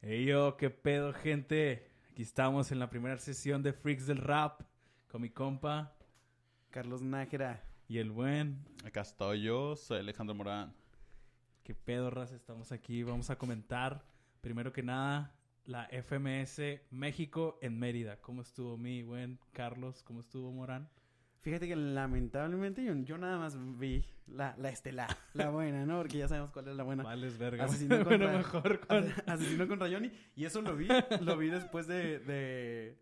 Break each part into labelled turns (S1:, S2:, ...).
S1: Hey yo, qué pedo, gente. Aquí estamos en la primera sesión de Freaks del Rap con mi compa
S2: Carlos Nájera.
S1: y el buen.
S3: Acá estoy yo, soy Alejandro Morán.
S1: Qué pedo, raza, estamos aquí. Vamos a comentar, primero que nada, la FMS México en Mérida. ¿Cómo estuvo mi buen Carlos? ¿Cómo estuvo Morán?
S2: Fíjate que lamentablemente yo, yo nada más vi la, la estelar, la buena, ¿no? Porque ya sabemos cuál es la buena.
S1: Vales verga.
S2: Asesino
S1: bueno,
S2: contra-
S1: mejor con...
S2: Ase- Asesino con Rayoni. Y eso lo vi, lo vi después de, de,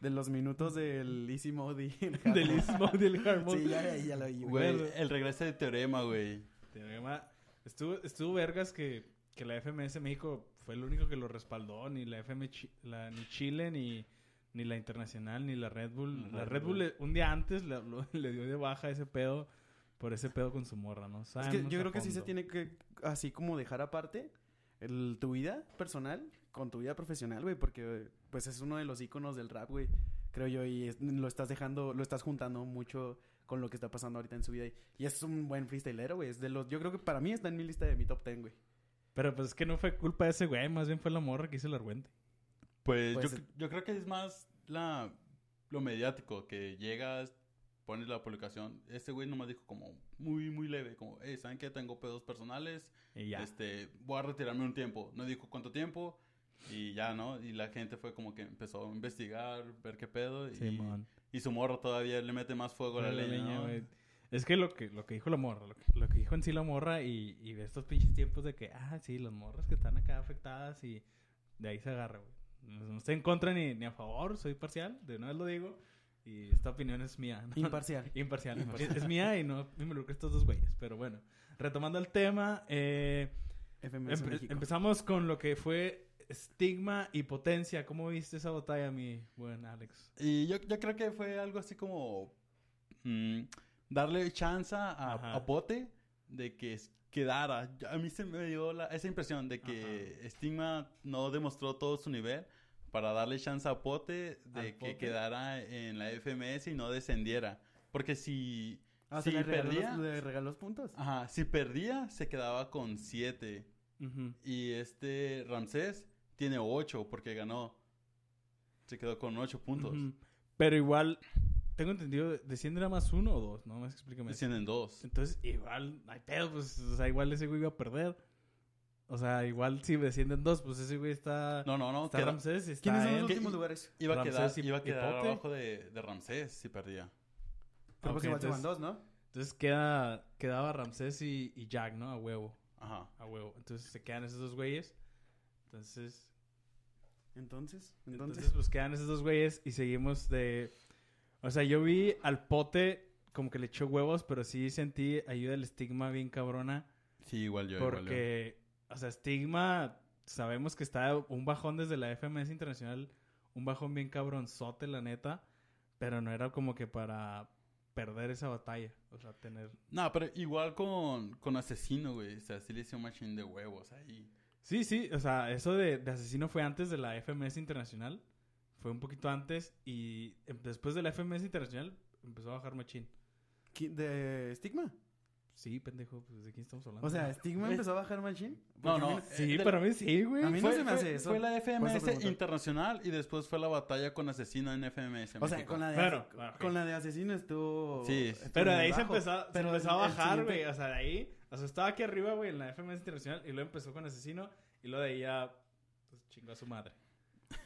S2: de los minutos del Easy Modi.
S1: del Istmo, del Harmon.
S2: Sí, ya, ya lo vi. güey.
S3: Güey, el regreso de Teorema, güey.
S1: Teorema. Estuvo, estuvo vergas que, que la FMS México fue el único que lo respaldó. Ni la FM Chi- la- ni Chile, ni, ni la Internacional, ni la Red Bull.
S3: Ni
S1: la
S3: Red
S1: Red Bull
S3: Bull.
S1: le- un día antes le, habló- le dio de baja ese pedo por ese pedo con su morra, ¿no?
S2: Es que
S1: Sabemos
S2: yo
S1: a
S2: creo que sí se
S1: fondo.
S2: tiene que, así como dejar aparte el, tu vida personal con tu vida profesional, güey, porque pues es uno de los íconos del rap, güey, creo yo, y es- lo estás dejando, lo estás juntando mucho con lo que está pasando ahorita en su vida. y- Y es un buen freestylero, güey, es de los, yo creo que para mí está en mi lista de mi top ten, güey.
S1: Pero pues es que no fue culpa de ese güey, más bien fue la morra que hizo el argüente.
S3: Pues,
S2: Pues,
S3: yo,
S2: eh.
S3: yo creo que es más la, lo mediático, que llegas, pones la publicación. Este güey nomás dijo como muy, muy leve, como, hey, ¿saben qué? Tengo pedos personales,
S1: Y ya.
S3: este, voy a retirarme un tiempo. No dijo cuánto tiempo y ya, ¿no? Y la gente fue como que empezó a investigar, ver qué pedo. Y,
S1: Simón.
S3: y su morro todavía le mete más fuego a la,
S1: Fue la
S3: leña,
S1: leña,
S3: ¿no?
S1: güey. Es que lo que lo que dijo la morra, lo que, lo que dijo en sí la morra y, y de estos pinches tiempos de que, ah, sí, las morras que están acá afectadas y de ahí se agarra, güey. No, no estoy en contra ni, ni a favor, soy parcial, de una vez lo digo. Y esta opinión es mía. ¿no?
S2: Imparcial.
S1: Imparcial. Es, es mía y no me involucro estos dos güeyes. Pero bueno, retomando el tema, eh,
S2: FMS
S1: empe-
S2: México.
S1: empezamos con lo que fue estigma y potencia. ¿Cómo viste esa batalla, mi buen Alex?
S3: Y yo, yo creo que fue algo así como mm, darle chance a,
S1: Ajá.
S3: a Pote de que s- quedara. Yo- A mí se me dio la- esa impresión de que Stigma no demostró todo su nivel para darle chance a Pote de
S1: ¿Al
S3: que
S1: Pote?
S3: quedara en la FMS y no descendiera. Porque si,
S2: Ah, o
S3: si
S2: sea, le regaló,
S3: perdía,
S2: los- le regaló los puntos.
S3: ajá, si perdía, se quedaba con 7.
S1: Ujú.
S3: Y este Ramsés tiene 8 porque ganó. Se quedó con 8 puntos.
S1: Ujú. Pero igual, tengo entendido, desciende era más uno o dos, ¿no? Más explícame.
S3: Descienden 2.
S1: Entonces, igual, no hay pedo, pues, o sea, igual ese güey iba a perder. O sea, igual si descienden dos, pues ese güey está...
S3: No, no, no.
S1: está
S3: queda-
S1: Ramsés, está
S2: ¿Quiénes son
S1: él.
S2: los
S3: ¿Qué-
S2: últimos lugares?
S3: iba a quedar,
S1: Ramsés y-
S3: iba a
S1: y
S3: quedar
S1: Pope.
S3: abajo de, de Ramsés si perdía.
S2: Pero
S1: Ok,
S2: pues igual se van
S1: entonces,
S2: dos, ¿no?
S1: entonces queda, quedaba Ramsés y, y Jack, ¿no? A huevo,
S3: Ajá.
S1: a huevo. Entonces se quedan esos dos güeyes. Entonces,
S2: Entonces,
S1: Entonces,
S2: entonces.
S1: pues quedan esos dos güeyes y seguimos de. O sea, yo vi al pote como que le echó huevos, pero sí sentí ayuda del estigma bien cabrona.
S3: Sí, igual ¿eh? yo, igual yo.
S1: Porque, o sea, estigma, sabemos que está un bajón desde la FMS Internacional, un bajón bien cabronzote, la neta. Pero no era como que para perder esa batalla. O sea, tener.
S3: No, pero igual con, con Asesino, güey. O sea, sí le hizo un machine de huevos ahí.
S1: Sí, sí, o sea, eso de, de asesino fue antes de la FMS Internacional. Fue un poquito antes y em- después de la FMS Internacional empezó a bajar machín.
S2: ¿qui- ¿De Stigma?
S1: Sí, pendejo, pues de quién estamos hablando.
S2: O sea, Stigma empezó a bajar Machine.
S3: No,
S2: Porque
S3: no.
S2: a mí-
S1: sí,
S3: eh, de-
S1: para mí sí,
S2: A
S1: güey.
S2: mí no se me hace eso.
S3: Fue la
S2: Por eso
S3: FMS
S2: pregunto.
S3: internacional y después fue la batalla con Asesino en FMS.
S2: O sea,
S3: México.
S2: con la de,
S1: Claro,
S2: ase-
S1: claro, ok.
S2: con la de asesino estuvo.
S3: Sí,
S2: estuvo
S1: Pero de
S2: muy
S1: ahí se
S2: bajo.
S1: empezó, se
S2: Pero
S1: empezó a
S2: el- el
S1: bajar,
S2: siguiente-
S1: güey. O sea, de ahí, o sea, estaba aquí arriba, güey, en la FMS Internacional y luego empezó con Asesino y luego de ahí ya pues, chingó a su madre.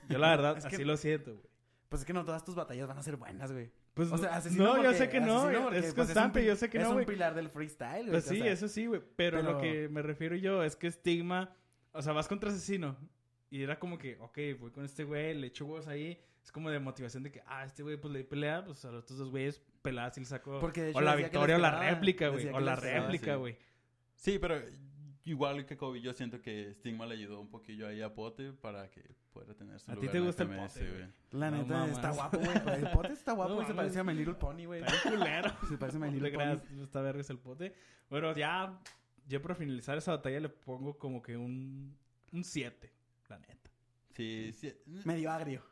S1: Yo la verdad,
S2: Es que-
S1: así lo siento, güey.
S2: Pues es que no todas tus batallas van a ser buenas, güey.
S1: Pues
S2: O
S1: no-
S2: sea, asesino.
S1: no, yo
S2: porque-
S1: sé que no,
S2: asesino
S1: es
S2: porque, pues, un
S1: constante,
S2: pi-
S1: yo sé que no,
S2: Es
S1: güey.
S2: un pilar del freestyle, güey.
S1: Pues
S2: o
S1: sí,
S2: sea,
S1: eso sí, güey. Pero, lo
S2: pero-
S1: que me refiero yo es que estigma. O sea, vas contra asesino. Y era como que, ok, voy con este güey, le echo huevos ahí. Es como de motivación de que, ah, este güey, pues le di pelea, pues a los otros dos güeyes peladas y le saco.
S2: Porque de hecho
S1: o la
S2: decía que
S1: victoria o
S2: les
S1: la
S2: pegaba,
S1: réplica, güey.
S2: decía
S1: O
S2: que
S1: la
S2: les pegaba,
S1: réplica,
S3: sí.
S1: güey.
S3: Sí, pero igual que Kobe, yo siento que Stigma le ayudó un poquillo ahí a Pote para que pudiera tener su
S1: A ti
S3: lugar
S1: te
S3: en
S1: gusta el
S3: FMS,
S1: Pote, güey.
S2: La
S1: No
S2: neta
S1: mamas.
S2: está guapo, güey. pero El pote está guapo
S1: No
S2: y se
S1: mames.
S2: parece a My Little Pony, güey.
S1: Está bien culero.
S2: Se parece a My
S1: No
S2: Little
S1: te creas,
S2: Pony.
S1: no está verga el pote. Bueno, ya, yo para finalizar esa batalla le pongo como que un 7, la neta.
S3: Sí, sí.
S2: Medio agrio.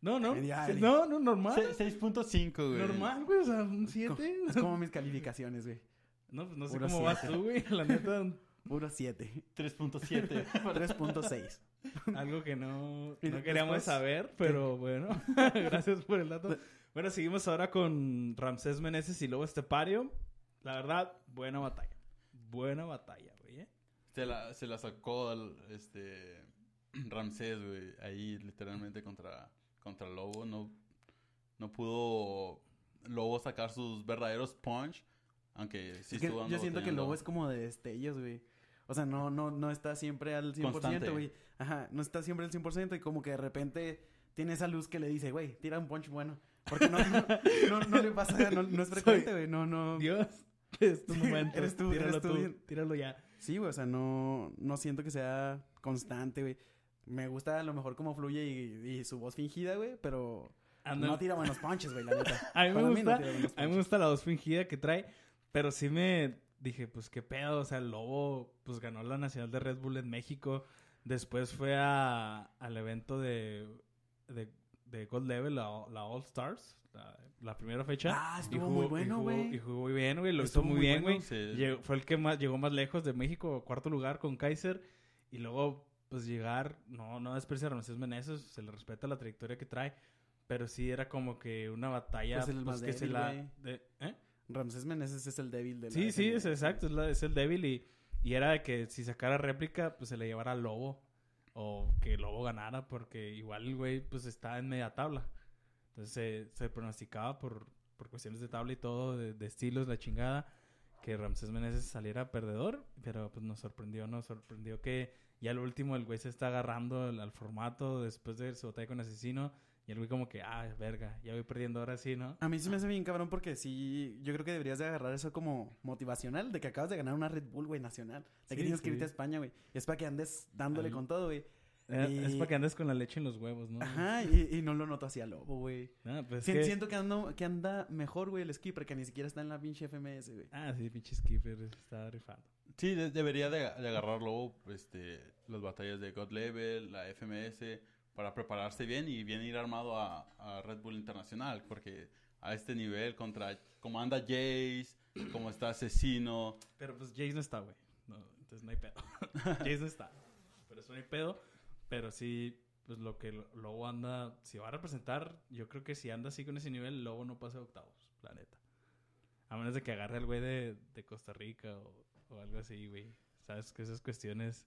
S1: No, no.
S2: Media área.
S1: No, no, normal.
S3: Se- 6.5, güey.
S1: Normal, güey. O sea, un 7.
S2: Es como mis calificaciones, güey.
S1: No, pues no sé
S2: Puro
S1: cómo vas
S2: siete.
S1: tú, güey. La neta,
S2: Puro 7.
S3: 3.7.
S2: 3.6.
S1: Algo que no,
S2: Y
S1: no
S2: después-
S1: queríamos saber, pero bueno, gracias por el dato. Bueno, seguimos ahora con Ramsés Meneses y luego Estepario. La verdad, buena batalla. Buena batalla, güey. ¿eh?
S3: Se la, se la sacó al, este Ramsés, güey, ahí literalmente contra, contra Lobo. No, no pudo Lobo sacar sus verdaderos punch, aunque sí
S2: Es que yo
S3: estuvo dando
S2: siento que el
S3: batallando.
S2: lobo es como de destellos, güey. O sea, no, no, no está siempre al 100%,
S3: Constante.
S2: güey. Ajá, no está siempre al 100% y como que de repente tiene esa luz que le dice, güey, tira un punch bueno. Porque no, no, no, no le pasa, no, no es frecuente, güey. No, no.
S1: Dios, es tu momento.
S2: Eres tú,
S1: tíralo
S2: eres tú, bien.
S1: tíralo ya.
S2: Sí, güey, o sea, no, no siento que sea constante, güey. Me gusta a lo mejor cómo fluye y, y su voz fingida, güey, pero
S1: Ándale.
S2: no tira buenos punches, güey, la neta.
S1: A mí, me
S2: Para no
S1: gusta,
S2: tira buenos
S1: a mí me
S2: punches.
S1: gusta la voz fingida que trae, pero sí me dije, pues qué pedo, o sea, el Lobo pues ganó la Nacional de Red Bull en México, después fue a, al evento de, de, de Gold Level, la, la All Stars, la, la primera fecha.
S2: Ah,
S1: y
S2: estuvo muy
S1: jugó- y
S2: bueno,
S1: jugó- Y
S2: güey.
S1: jugó muy bien, güey, lo hizo
S2: Estuvo
S1: muy
S2: muy
S1: bien,
S2: bueno.
S1: güey.
S3: Sí.
S1: Llegó- Fue el que más llegó más lejos de México, cuarto lugar con Kaiser. Y luego, pues llegar, no, no desprecia a Ramsés Meneses, se le respeta la trayectoria que trae. Pero sí era como que una batalla
S2: Pues el
S1: pues,
S2: más
S1: que se
S2: débil,
S1: la.
S2: güey.
S1: de- ¿eh?
S2: Ramsés Meneses es el débil de la
S1: Sí, sí,
S2: SNL.
S1: es exacto, es, la- es el débil. Y, y era de que si sacara réplica, pues se le llevara al Lobo. O que Lobo ganara, porque igual el güey, pues está en media tabla. Entonces se, se pronosticaba por, por cuestiones de tabla y todo, de, de estilos, la chingada, que Ramsés Meneses saliera perdedor, pero pues nos sorprendió, nos sorprendió que ya al último el güey se está agarrando al, al formato después de su batalla con Asesino, y el güey como que, ah, verga, ya voy perdiendo ahora sí, ¿no?
S2: A mí se me hace bien cabrón porque sí, yo creo que deberías de agarrar eso como motivacional, de que acabas de ganar una Red Bull, güey, nacional. De que
S1: Sí,
S2: tienes que irte
S1: sí.
S2: a España, güey. Y es para que andes dándole
S3: Al-
S2: con todo, güey.
S1: Eh, Es
S2: Y-
S1: para que andes con la leche en los huevos, ¿no?
S2: Ajá, y, y no lo noto hacia lobo, güey.
S1: Ah, pues
S2: Si-
S1: que-
S2: Siento que, ando- que anda mejor, güey, el skipper, que ni siquiera está en la pinche FMS, güey.
S1: Ah, sí, pinche Skipper está rifando.
S3: Sí, de- debería de, de agarrar luego este, las batallas de God Level, la FMS, para prepararse bien y bien ir armado a, a Red Bull Internacional, porque a este nivel, contra como anda Jace, como está Asesino,
S1: Pero pues Jace no está, güey. No, entonces no hay pedo. Jace no está. Pero eso no hay pedo. Pero sí, pues lo que Lo- Lobo anda, si va a representar, yo creo que si anda así con ese nivel, Lobo no pasa de octavos, la neta. A menos de que agarre al güey de, de Costa Rica o, o algo así, güey. Sabes que esas cuestiones,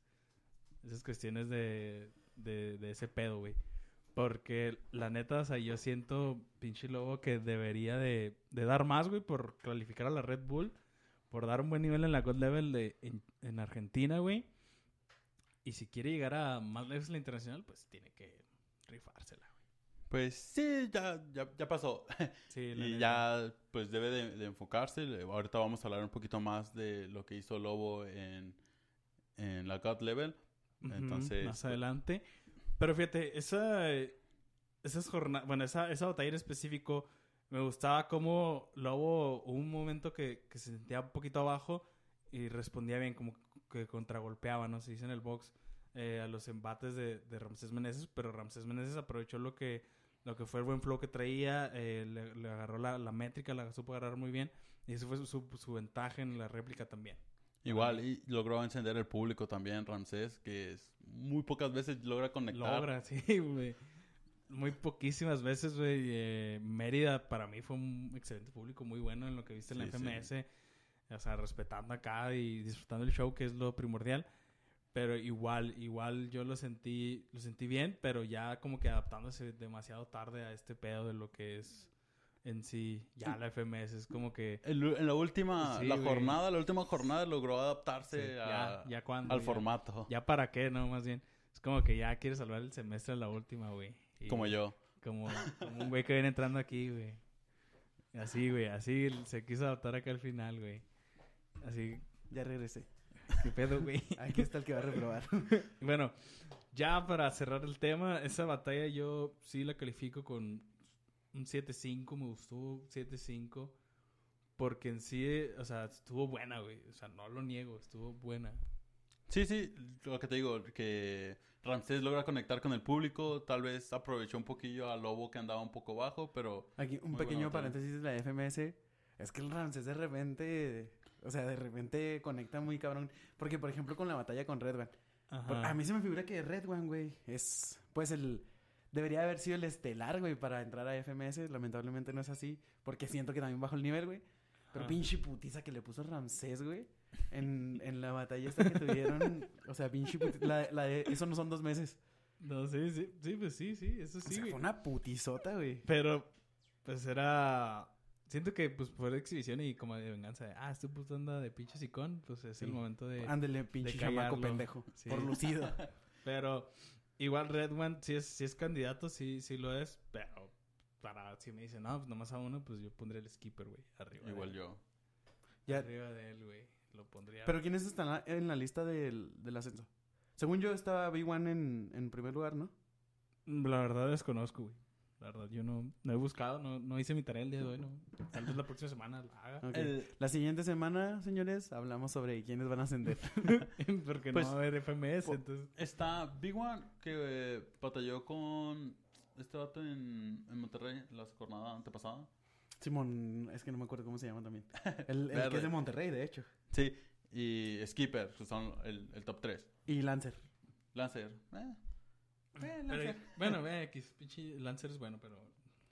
S1: esas cuestiones de, de, de ese pedo, güey. Porque la neta, o sea, yo siento, pinche lobo, que debería de, de dar más, güey, por calificar a la Red Bull, por dar un buen nivel en la God Level de, en, en Argentina, güey. Y si quiere llegar a más lejos en la internacional, pues tiene que rifársela, güey.
S3: pues sí, ya, ya, ya pasó.
S1: Sí, la
S3: Y
S1: neta.
S3: ya, pues debe de, de enfocarse. Le- Ahorita vamos a hablar un poquito más de lo que hizo Lobo en, en la God Level.
S1: Ujú,
S3: Entonces,
S1: Más
S3: pues-
S1: adelante. Pero fíjate, esa. eh, Esas jornadas. Bueno, esa, esa batalla en específico. Me gustaba cómo Lobo. Hubo un momento que, que se sentía un poquito abajo. Y respondía bien, como que contragolpeaba, ¿no? Se dice en el box. eh, a los embates de, de Ramsés Meneses. Pero Ramsés Meneses aprovechó lo que. Lo que fue el buen flow que traía, eh, le, le agarró la, la métrica, la supo agarrar muy bien. Y eso fue su, su- su ventaja en la réplica también.
S3: Igual, y logró encender el público también, Ramsés, que es- muy pocas veces logra conectar.
S1: Logra, sí, güey. Muy poquísimas veces, güey. eh, Mérida para mí fue un excelente público, muy bueno en lo que viste en la
S3: Sí, sí.
S1: FMS. O sea, respetando acá y disfrutando el show, que es lo primordial. Pero igual, igual yo lo sentí, lo sentí bien, pero ya como que adaptándose demasiado tarde a este pedo de lo que es en sí ya la FMS. Es como que...
S3: El- en la última
S1: Sí,
S3: la
S1: güey.
S3: jornada, la última jornada logró
S1: sí,
S3: adaptarse
S1: ya,
S3: a-
S1: ya cuando...
S3: al
S1: ya-
S3: formato,
S1: Ya para qué, ¿no? Más bien. Es como que ya quieres salvar el semestre a la última, güey. Y-
S3: como yo.
S1: Como, como un güey que viene entrando aquí, güey. Así, güey, así se quiso adaptar acá al final, güey. Así,
S2: Ya regresé.
S1: qué pedo, güey.
S2: Aquí está el que va a reprobar.
S1: Bueno, ya para cerrar el tema, esa batalla yo sí la califico con un 7-5, me gustó 7-5. Porque en sí, eh, o sea, estuvo buena, güey. O sea, no lo niego, estuvo buena.
S3: Sí, sí, lo que te digo, que Ramsés logra conectar con el público, tal vez aprovechó un poquillo a Lobo que andaba un poco bajo, pero
S2: Aquí un
S3: Muy
S2: pequeño
S3: bueno,
S2: paréntesis de la FMS. Es que el Ramsés de repente, o sea, de repente conecta muy cabrón. Porque, por ejemplo, con la batalla con Red Van, Por-
S1: Ajá.
S2: a mí se me figura que Red One, güey, es pues el debería haber sido el estelar, güey, para entrar a FMS, lamentablemente no es así, porque siento que también bajó el nivel, güey. Pero
S1: Ajá.
S2: pinche putiza que le puso Ramsés, güey, en, en la batalla esta que tuvieron, o sea, pinche putiza, la, la de, eso no son dos meses.
S1: No, sí, sí, sí, pues sí, sí, eso
S2: O
S1: sí,
S2: sea,
S1: güey.
S2: fue una putizota, güey.
S1: Pero, pues era... Siento que, pues, fue de exhibición y como de venganza. De, ah, este puto anda de pinche sicón. Pues es el
S2: Sí.
S1: momento de...
S2: Ándele, pinche chamaco
S1: callarlo.
S2: pendejo,
S1: Sí.
S2: por lucido.
S1: Pero igual Red One sí es, sí es candidato, sí, sí lo es, pero para si me dicen, no, pues nomás a uno, pues yo pondría el skipper, güey, arriba. de
S3: Igual
S1: él.
S3: yo.
S2: Ya,
S1: Arriba de él, güey. Lo pondría.
S2: pero ¿quiénes están en la- en la lista del, del ascenso? Según yo estaba B1 en, en primer lugar, ¿no?
S1: La verdad desconozco, güey. La verdad, yo no, no he buscado, no, no hice mi tarea el día de hoy, no. Tal vez la próxima semana la haga.
S2: Ok. La siguiente semana, señores, hablamos sobre quiénes van a ascender.
S1: Porque
S3: Pues,
S1: no va a haber FMS,
S3: po-
S1: entonces.
S3: Está Big One que eh, batalló con este vato en, en Monterrey la jornada antepasada.
S2: Simón, es que no me acuerdo cómo se llama también. El, el que
S3: Verde.
S2: es de Monterrey, de hecho.
S3: Sí. Y Skipper, que son el, el top 3.
S2: Y Lancer.
S3: Lancer. eh. Eh,
S1: Pero,
S3: Lancer.
S1: bueno, ve, X, pinche Lancer es bueno, pero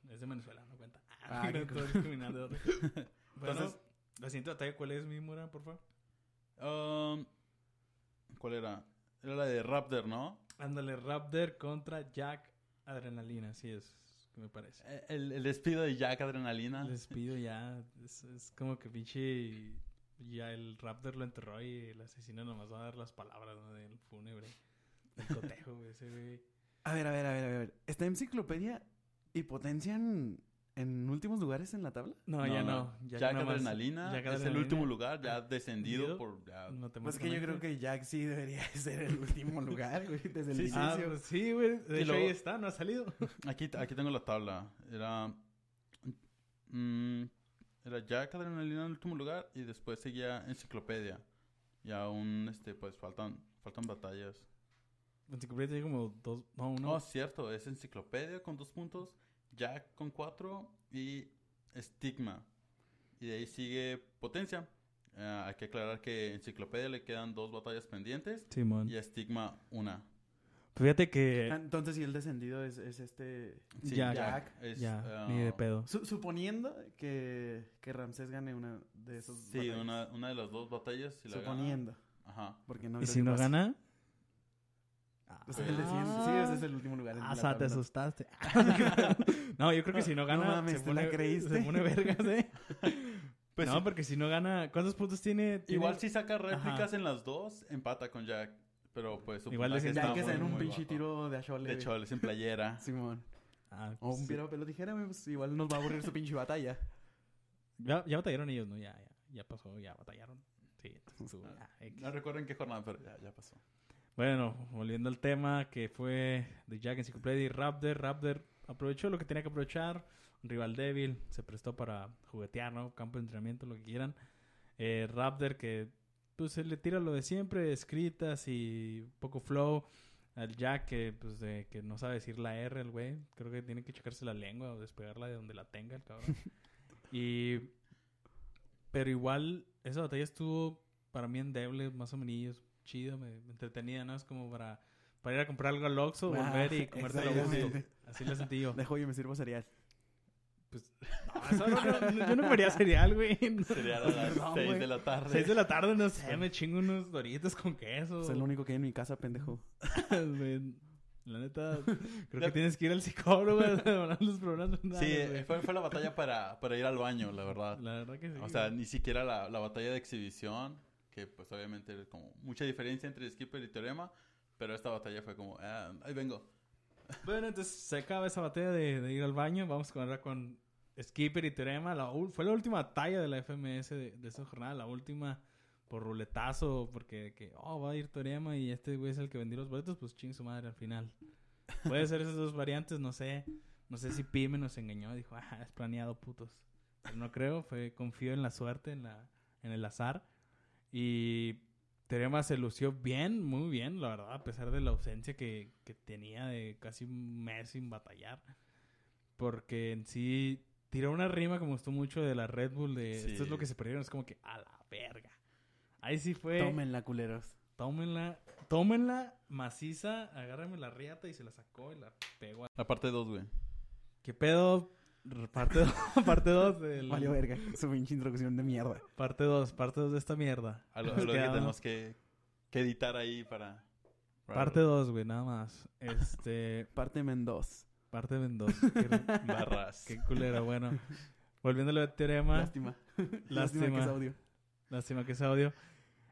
S1: es de Venezuela, no cuenta.
S2: Ah,
S1: Ah,
S2: qué
S1: todo discriminando. bueno,
S3: Entonces-
S1: la siguiente batalla, ¿cuál es mi mura, por favor?
S3: Um, ¿Cuál era? Era la de Raptor, ¿no?
S1: Ándale, Raptor contra Jack Adrenalina, así es, que me parece.
S3: Eh, El, el despido de Jack
S2: Ah.
S3: Adrenalina.
S1: Les pido ya, es, es como que pinche, ya el Raptor lo enterró y el asesino nomás va a dar las palabras, ¿no? Del fúnebre, del cotejo, güey, ese güey.
S2: A ver, a ver, a ver, a ver. ¿Está Enciclopedia y Potencian en últimos lugares en la tabla?
S1: No, ya no.
S3: Jack,
S1: nomás-
S3: Adrenalina
S1: Jack
S3: es el
S1: Adrenalina,
S3: último lugar, ya descendido
S1: ¿Descendido?
S3: por... ya-
S2: Pues que yo creo que Jack sí debería ser el último lugar, güey, desde el
S3: Sí, sí,
S1: Ah,
S2: inicio.
S1: pues sí, güey. De
S3: Y
S1: hecho,
S3: luego-
S1: ahí está, no ha salido.
S3: Aquí, aquí tengo la tabla. Era. mm, era Jack Adrenalina en el último lugar y después seguía Enciclopedia. Y aún, este, pues faltan, faltan batallas.
S1: Enciclopedia tiene como dos, no,
S3: No,
S1: uno.
S3: es cierto, es Enciclopedia con dos puntos, Jack con cuatro y Stigma. Y de ahí sigue Potencia. Eh, hay que aclarar que a Enciclopedia le quedan dos batallas pendientes
S1: Simón.
S3: y a Stigma una.
S1: Fíjate que
S2: Ah, Entonces, si el descendido es, es este...
S3: Sí,
S1: Jack.
S3: es,
S1: ya,
S3: ah,
S1: ni de pedo.
S2: Su- suponiendo que, que Ramsés gane una de esos
S3: Sí, una, una de las dos batallas. Si la gana,
S2: Suponiendo.
S3: Ajá.
S2: Porque no
S1: ¿Y
S2: creo
S1: si
S2: que
S1: no
S2: pase.
S1: gana?
S2: O sea, el descendido- sí, ese es el último lugar en
S1: Ah,
S2: la
S1: sa, te
S2: tabla.
S1: asustaste. no, yo creo que si no
S2: No
S1: gana. se
S2: mames, ¿te la
S1: pone-
S2: creíste?
S1: Se pone vergas, ¿eh?
S3: Pues
S1: no,
S3: sí.
S1: porque si no gana. ¿Cuántos puntos tiene? Tiene-
S3: Igual si saca réplicas
S1: Ajá.
S3: en las dos, empata con Jack. Pero pues su
S1: Igual
S3: puntaje
S1: decían,
S2: Ya
S3: está
S2: que se
S3: muy,
S2: den un
S3: muy
S2: pinche
S3: bajo.
S2: tiro de achole.
S3: De
S2: güey.
S3: hecho, él es en playera.
S2: Simón.
S1: Ah,
S2: O
S1: sí.
S2: un piedra, pelo, tijera, güey, pues igual nos va a aburrir su pinche batalla.
S1: Ya, ya batallaron ellos, ¿no? Ya, ya, ya pasó, ya batallaron. Sí, su-
S3: Ah,
S1: ah, X.
S3: No recuerdo en qué jornada, pero ya, ya pasó.
S1: Bueno, volviendo al tema que fue de Jack Encyclopedia y Raptor. Raptor aprovechó lo que tenía que aprovechar. Un rival débil, se prestó para juguetear, ¿no? Campo de entrenamiento, lo que quieran. Eh, Raptor que pues se le tira lo de siempre, escritas y poco flow. Al Jack que pues de- que no sabe decir la R, el güey. Creo que tiene que checarse la lengua o despegarla de donde la tenga el cabrón. y... Pero igual, esa batalla estuvo para mí endeble, más o menos chido, me, me entretenía, ¿no? Es como para, para ir a comprar algo al Oxxo,
S2: Ah,
S1: volver y comértelo a gusto.
S2: exactamente.
S1: Así lo sentí yo.
S2: Dejo y me sirvo cereal.
S1: No, eso Ah, no- no- yo no comería cereal, güey.
S3: Sería a las
S2: Perdón,
S3: 6
S2: güey.
S3: de la tarde.
S1: 6 de la tarde, no sé, me chingo unos doritos con queso.
S2: Es el único que hay en mi casa, pendejo.
S1: Güey, La neta, creo que tienes que ir al psicólogo, güey, a hablar los problemas.
S3: Sí, eh,
S1: mentales, güey.
S3: fue, fue la batalla para, para ir al baño, la verdad.
S1: La verdad que sí.
S3: O sea,
S1: güey.
S3: ni siquiera la, la batalla de exhibición, que pues obviamente era como mucha diferencia entre Skipper y Teorema, pero esta batalla fue como, ah, ahí vengo.
S1: Bueno, entonces se acaba esa batalla de, de ir al baño. Vamos con- ahora con Skipper y Teorema. La, ul- fue la última batalla de la FMS de, de esa jornada. La última por ruletazo. Porque que, oh, va a ir Teorema y este güey es el que vendió los boletos. Pues ching su madre al final. Puede ser esas dos variantes, no sé. No sé si Pime nos engañó. Dijo, ah, es planeado, putos. Pero no creo. Fue, confío en la suerte, en, la, en el azar. Y Teorema se lució bien, muy bien, la verdad, a pesar de la ausencia que, que tenía de casi un mes sin batallar. Porque en sí tiró una rima que me gustó mucho de la Red Bull de
S3: Sí.
S1: esto es lo que se perdieron, es como que a la verga. Ahí sí fue
S2: Tómenla, culeros.
S1: Tómenla, tómenla maciza, agárrame la riata y se la sacó y la pegó. a-
S3: La parte 2, güey.
S1: ¿Qué pedo? R- Parte 2, parte 2 del...
S2: Valió verga. Su pinche introducción de mierda.
S1: Parte 2, parte 2 de esta mierda.
S3: Algo,
S1: Nos
S3: algo que
S1: quedamos-
S3: tenemos que, que editar ahí para... para-
S1: Parte 2, güey, nada más. Este,
S2: Parte Mendoz.
S1: parte 2. Qué,
S3: Barras.
S1: qué culero, bueno. Volviéndolo de teorema,
S2: Lástima. que
S1: Ah. Lástima.
S2: es audio.
S1: lástima que es audio.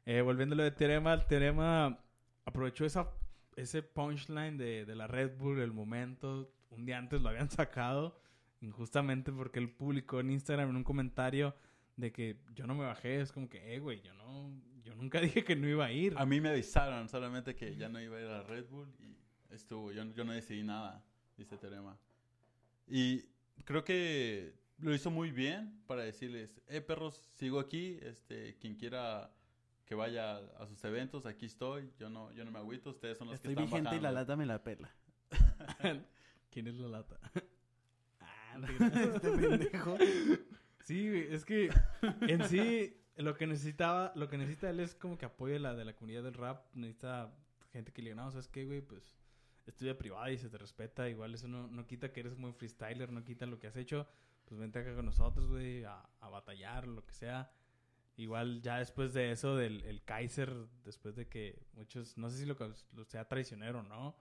S1: Eh, volviéndolo de teorema, el teorema aprovechó esa, ese punchline de, de la Red Bull, el momento. Un día antes lo habían sacado, injustamente porque él publicó en Instagram en un comentario de que yo no me bajé. Es como que, eh, güey, yo no, yo nunca dije que no iba a ir.
S3: A mí me avisaron solamente que ya no iba a ir a Red Bull y estuvo. Yo, yo no decidí nada, dice Teorema. Y creo que lo hizo muy bien para decirles, eh, perros, sigo aquí. Este, quien quiera que vaya a, a sus eventos, aquí estoy. Yo no, yo no me agüito, ustedes son los
S2: Estoy
S3: que están
S2: vigente y la
S3: bajando".
S2: lata me la pela.
S1: ¿Quién es la lata? Ah, no te creas.
S2: este pendejo.
S1: Sí, güey, es que en sí lo que necesitaba, lo que necesita él es como que apoyo la, de la comunidad del rap, necesita gente que le diga, no, ¿sabes qué, güey? Pues estudia privada y se te respeta, igual eso no, no quita que eres muy freestyler, no quita lo que has hecho, pues vente acá con nosotros, güey, a, a batallar, lo que sea. Igual ya después de eso del el Kaiser, después de que muchos, no sé si lo, caus- lo sea traicionero o no,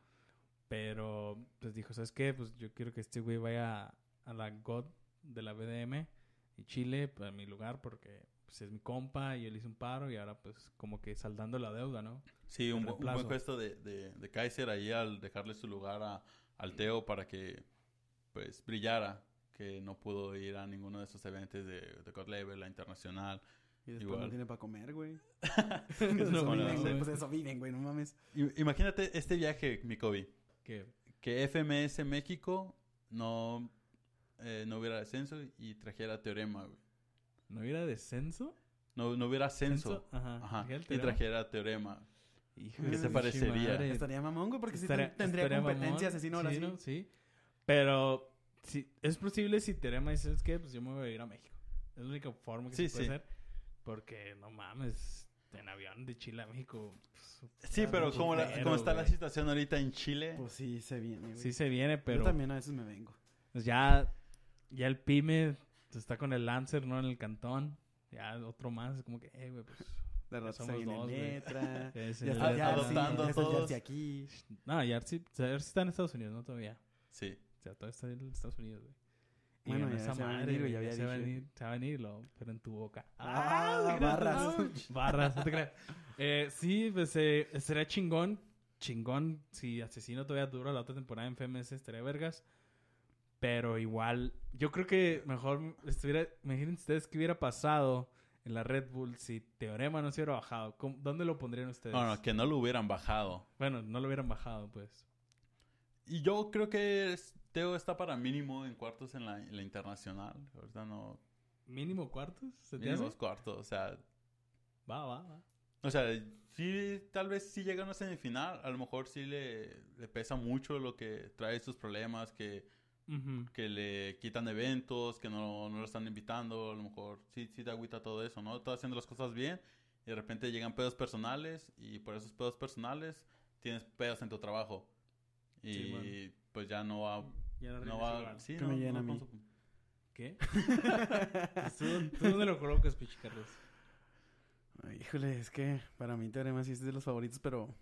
S1: pero pues dijo, ¿sabes qué? Pues yo quiero que este güey vaya a la God de la BDM y Chile, pues, a mi lugar, porque pues, es mi compa y él hizo un paro y ahora pues como que saldando la deuda, ¿no?
S3: Sí,
S1: El
S3: un, bu- un
S1: reemplazo.
S3: buen gesto de, de, de Kaiser ahí al dejarle su lugar a, al Teo para que pues brillara, que no pudo ir a ninguno de esos eventos de, de God Level, la internacional.
S2: Y después no
S3: Igual.
S2: tiene para comer, güey.
S1: Es
S2: Eso
S1: lo
S3: con
S1: malo,
S2: viven,
S3: la banda.
S2: güey.
S1: güey,
S2: Pues eso viven, güey, no mames.
S3: I- Imagínate este viaje, mi Kobe,
S1: que
S3: que FMS México no, eh, no hubiera descenso y trajera Teorema, güey.
S1: no hubiera descenso.
S3: No, no hubiera ascenso.
S1: Ajá.
S3: Ajá,
S1: Trajera el
S3: y
S1: teorema.
S3: trajera Teorema.
S1: Hijo
S2: ¿Qué
S1: de
S2: te
S1: pinche
S3: parecería?
S1: madre.
S2: Estaría mamón, güey, porque si
S1: Estaría-
S2: tendría
S1: estaría mamón.
S2: competencia asesino ahora
S1: Sí,
S2: sí.
S1: ¿no? Sí. Pero sí, es posible si Terema dice, ¿sabes qué? Pues yo me voy a ir a México. Es la única forma que
S3: Sí,
S1: se puede
S3: sí.
S1: hacer. Porque, no mames, en avión de Chile a México. pues,
S3: Sí,
S1: está
S3: pero
S1: bien
S3: como, la-
S1: culero,
S3: como está la
S1: güey.
S3: situación ahorita en Chile,
S2: Pues sí, se viene, güey.
S1: Sí se viene, pero...
S2: Yo también a veces me vengo.
S1: Pues ya, ya el pyme pues, está con el Lancer, ¿no? En el cantón. Ya otro más, como que, eh, güey, pues.
S2: De rato se
S1: somos
S2: viene
S1: dos, güey.
S2: letra.
S1: ya es
S2: ya
S1: el-
S2: está
S3: el-
S2: Yarsi,
S3: adoptando
S2: ya está el
S3: todos.
S2: Yarsi aquí.
S1: No, Yarsi, o sea, Yarsi está en Estados Unidos, ¿no? Todavía.
S3: sí.
S1: O sea, todavía está en Estados Unidos, güey. Y
S2: Bueno,
S1: ganó
S2: ya se va a venir, güey, ya
S1: güey,
S2: había
S1: se va a
S2: dicho.
S1: venir, se va a venir, lo- pero en tu boca.
S2: Ah,
S1: güey, no,
S2: barras.
S1: no, barras, no te creas. Eh, sí, pues eh, estaría chingón. Chingón, si Asesino todavía dura la otra temporada en FMS, estaría vergas. Pero igual, yo creo que mejor estuviera. Imaginen ustedes qué hubiera pasado en la Red Bull si Teorema no se hubiera bajado. ¿Cómo- ¿Dónde lo pondrían ustedes?
S3: No, no, que no lo hubieran bajado.
S1: Bueno, no lo hubieran bajado, pues.
S3: Y yo creo que es- Teo está para mínimo en cuartos en la, en la internacional. Ahorita no.
S1: ¿Mínimo cuartos? ¿Se te hace?
S3: Mínimos cuartos. O sea,
S1: Va, va, va.
S3: o sea, sí, tal vez sí llega a una semifinal. A lo mejor sí le, le pesa mucho lo que trae sus problemas, que,
S1: Ujú.
S3: que le quitan eventos, que no, no lo están invitando. A lo mejor sí, sí te agüita todo eso, ¿no? Está haciendo las cosas bien y de repente llegan pedos personales y por esos pedos personales tienes pedos en tu trabajo. Y
S1: Sí,
S3: pues ya no va.
S1: Ya no
S3: No
S1: regresa
S3: va.
S1: igual.
S3: Sí,
S2: Que
S3: no,
S2: me llenen
S3: no
S2: a mí.
S3: vamos a-
S1: ¿Qué? Pues ¿Tú, tú dónde lo colocas, Pichi Carlos?
S2: Ay, híjole, es que para mí Teorema sí es de los favoritos, pero...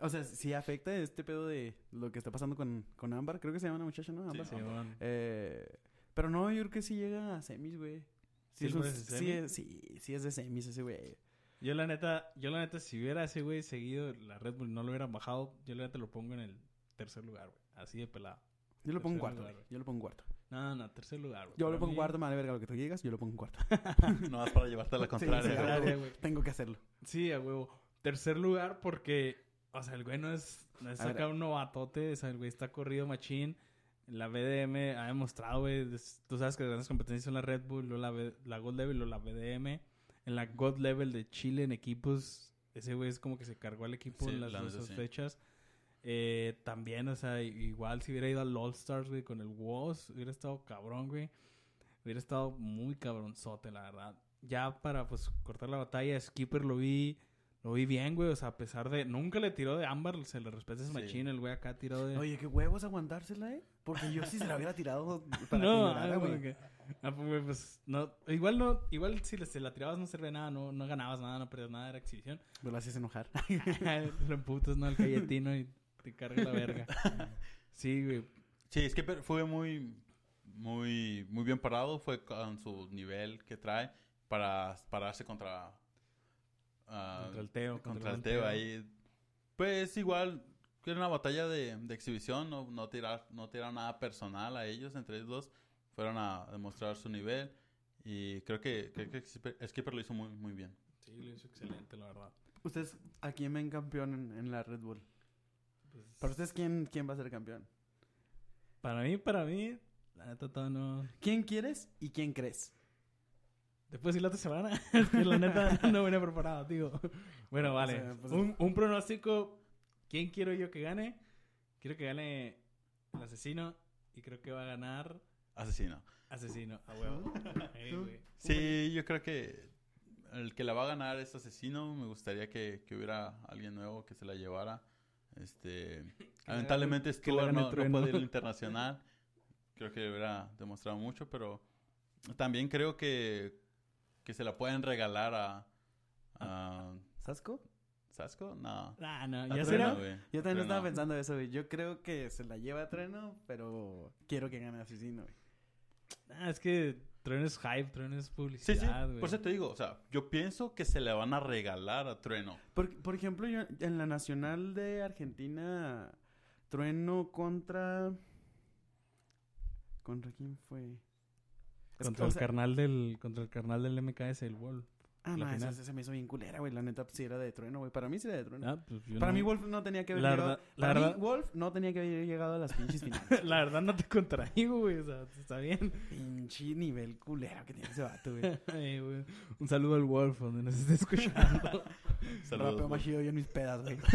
S2: O sea, sí afecta este pedo de lo que está pasando con, con Ámbar. Creo que se llama la muchacha, ¿no? pues, Ámbar.
S3: Sí,
S1: Simón.
S2: Eh, pero no, yo creo que sí llega a semis, güey.
S1: ¿Sí
S2: Sí, es
S1: lo
S2: un-
S1: ves en
S2: sí,
S1: semi?
S2: es- sí, sí es de semis ese güey.
S1: Yo la neta, yo la neta, si hubiera ese güey seguido la Red Bull, no lo hubieran bajado, yo la neta lo pongo en el tercer lugar, güey. Así de pelado.
S2: Yo lo pongo
S1: Tercer
S2: en cuarto,
S1: lugar,
S2: güey.
S1: güey.
S2: Yo lo pongo en cuarto.
S1: No, no, tercer lugar, güey.
S2: Yo
S1: Para
S2: lo pongo en
S1: mí-
S2: cuarto, madre verga, lo que tú llegas, yo lo pongo en cuarto.
S3: Nomás para llevarte a la
S1: Al
S2: Sí,
S3: contraria.
S2: claro.
S1: contrario, güey.
S2: Tengo que hacerlo.
S1: Sí, a huevo. Tercer lugar porque, o sea, el güey no es, no es
S2: A ver.
S1: acá un novatote, o sea, el güey está corrido machín. La BDM ha demostrado, güey, des- tú sabes que las grandes competencias son la Red Bull, luego la, B- la Gold Level o la BDM. En la God Level de Chile en equipos, ese güey es como que se cargó al equipo
S3: Sí,
S1: en las
S3: la
S1: dos
S3: neta, sí.
S1: fechas. Eh, también, o sea, igual si hubiera ido al All Stars, güey, con el WOS, hubiera estado cabrón, güey. Hubiera estado muy cabronzote, la verdad. Ya para, pues, cortar la batalla, Skipper lo vi Lo vi bien, güey. O sea, a pesar de. Nunca le tiró de ámbar, se le respeta ese
S3: Sí.
S1: machín. El güey acá tiró de.
S2: Oye, qué huevos aguantársela, ¿eh? Porque yo sí se la hubiera tirado para
S1: no,
S2: que llorara,
S1: ah,
S2: güey.
S1: porque- ah, pues, güey, pues, no, igual no, igual si le- se la tirabas no servía de nada, no, no ganabas nada, no perdías nada, era exhibición.
S2: Me lo haces Pues enojar.
S1: Lo emputas, ¿no? Al galletino y te cargas la verga. Sí, güey.
S3: Sí, es que per- fue muy, muy, muy bien parado. Fue con su nivel que trae para pararse contra, ah,
S1: Contra el Teo.
S3: contra el
S1: buen
S3: Teo ahí. Pues igual, que era una batalla de, de exhibición. No, no, tirar, no tirar nada personal a ellos, entre ellos dos. Fueron a demostrar su nivel. Y creo que, creo que Skipper, Skipper lo hizo muy, muy bien.
S1: Sí, lo hizo excelente, la verdad.
S2: ¿Ustedes a quién ven campeón en, en la Red Bull?
S1: Pues,
S2: ¿Para ustedes quién, quién va a ser campeón?
S1: para mí, para mí, la neta todo no.
S2: ¿Quién quieres y quién crees?
S1: Después de la otra semana, es que la neta no venía preparado, digo. Bueno, vale.
S2: sea, pues-
S1: un, un pronóstico. ¿Quién quiero yo que gane? Quiero que gane el asesino y creo que va a ganar
S3: Asesino.
S1: asesino, a huevo. Ey,
S2: ¿Tú?
S1: güey.
S3: Sí, yo creo que el que la va a ganar es Asesino. Me gustaría que, que hubiera alguien nuevo que se la llevara. Este, lamentablemente
S1: que le
S3: Stuart
S1: hagan el
S3: no, no
S1: trueno.
S3: puede ir al internacional. Creo que hubiera demostrado mucho, pero también creo que, que se la pueden regalar a, a
S2: ¿Sasco?
S3: Sasco. No.
S1: Ah, no,
S3: A
S1: ya
S3: Trueno,
S1: será.
S3: güey.
S2: Yo también
S3: Trueno.
S2: estaba pensando eso, güey. Yo creo que se la lleva a Trueno, pero quiero que gane Asesino, güey.
S1: Ah, es que Trueno es hype, Trueno es
S3: Sí,
S1: publicidad,
S3: sí.
S1: güey.
S3: Por eso te digo, o sea, yo pienso que se la van a regalar a Trueno.
S2: Por, por ejemplo, yo en la Nacional de Argentina, Trueno contra... ¿Contra quién fue? Es que,
S1: Contra
S2: o
S1: el
S2: sea-
S1: carnal del, contra el carnal del MKS, el Wolf. la
S2: Ah, no, esa,
S1: final.
S2: esa se me hizo bien culera, güey. La neta, pues, sí era de Trueno, güey. Para mí sí era de Trueno.
S1: Ah, pues yo
S2: Para
S1: no-
S2: mí Wolf no tenía que haber
S1: La
S2: llegado...
S1: verdad- la
S2: para mí
S1: verdad-
S2: Wolf no tenía que haber llegado a las pinches finales.
S1: La verdad no te contraigo, güey. O sea, está bien.
S2: Pinche nivel culero que tiene ese vato, güey.
S1: Ay, güey. Un saludo al Wolf, donde nos esté escuchando.
S3: Saludos,
S2: Rapeo
S3: güey.
S2: más chido yo en mis pedas, güey.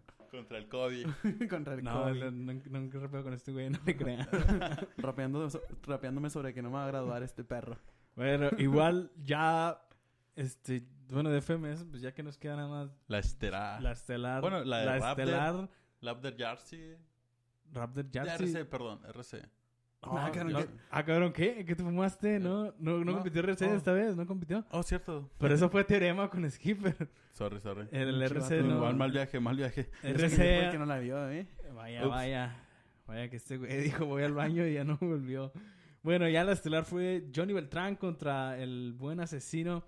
S3: Contra el COVID.
S2: Contra el
S1: no,
S2: COVID.
S1: no, no, nunca rapeo con este güey, no me crean.
S2: Rapeando so- rapeándome sobre que no me va a graduar este perro.
S1: Bueno, igual ya. Este, bueno, de FMS, pues ya que nos queda nada más
S3: La estera.
S1: la estelar.
S3: Ah. Bueno, la de Raptor.
S1: estelar.
S3: Labder Yarsi.
S1: Raptor
S3: Ya,
S1: Jazzy.
S3: RC, perdón, RC.
S2: Ah, cabrón,
S1: no.
S2: ¿qué?
S1: Ah, cabrón, ¿qué? ¿Qué te fumaste? No, no, no,
S3: No,
S1: compitió RC
S3: no.
S1: esta vez, no compitió.
S3: Oh, cierto.
S1: Pero eso fue teorema con Skipper.
S3: Sorry, sorry.
S1: El,
S2: Un
S1: RC
S2: chivato.
S1: Este, no.
S3: Igual, mal viaje, mal viaje.
S2: Porque
S1: RC.
S2: no la vio, ¿eh?
S1: Vaya,
S3: Ups.
S1: vaya. Vaya que este güey dijo voy al baño y ya no volvió. Bueno, ya la estelar fue Johnny Beltrán contra el buen asesino.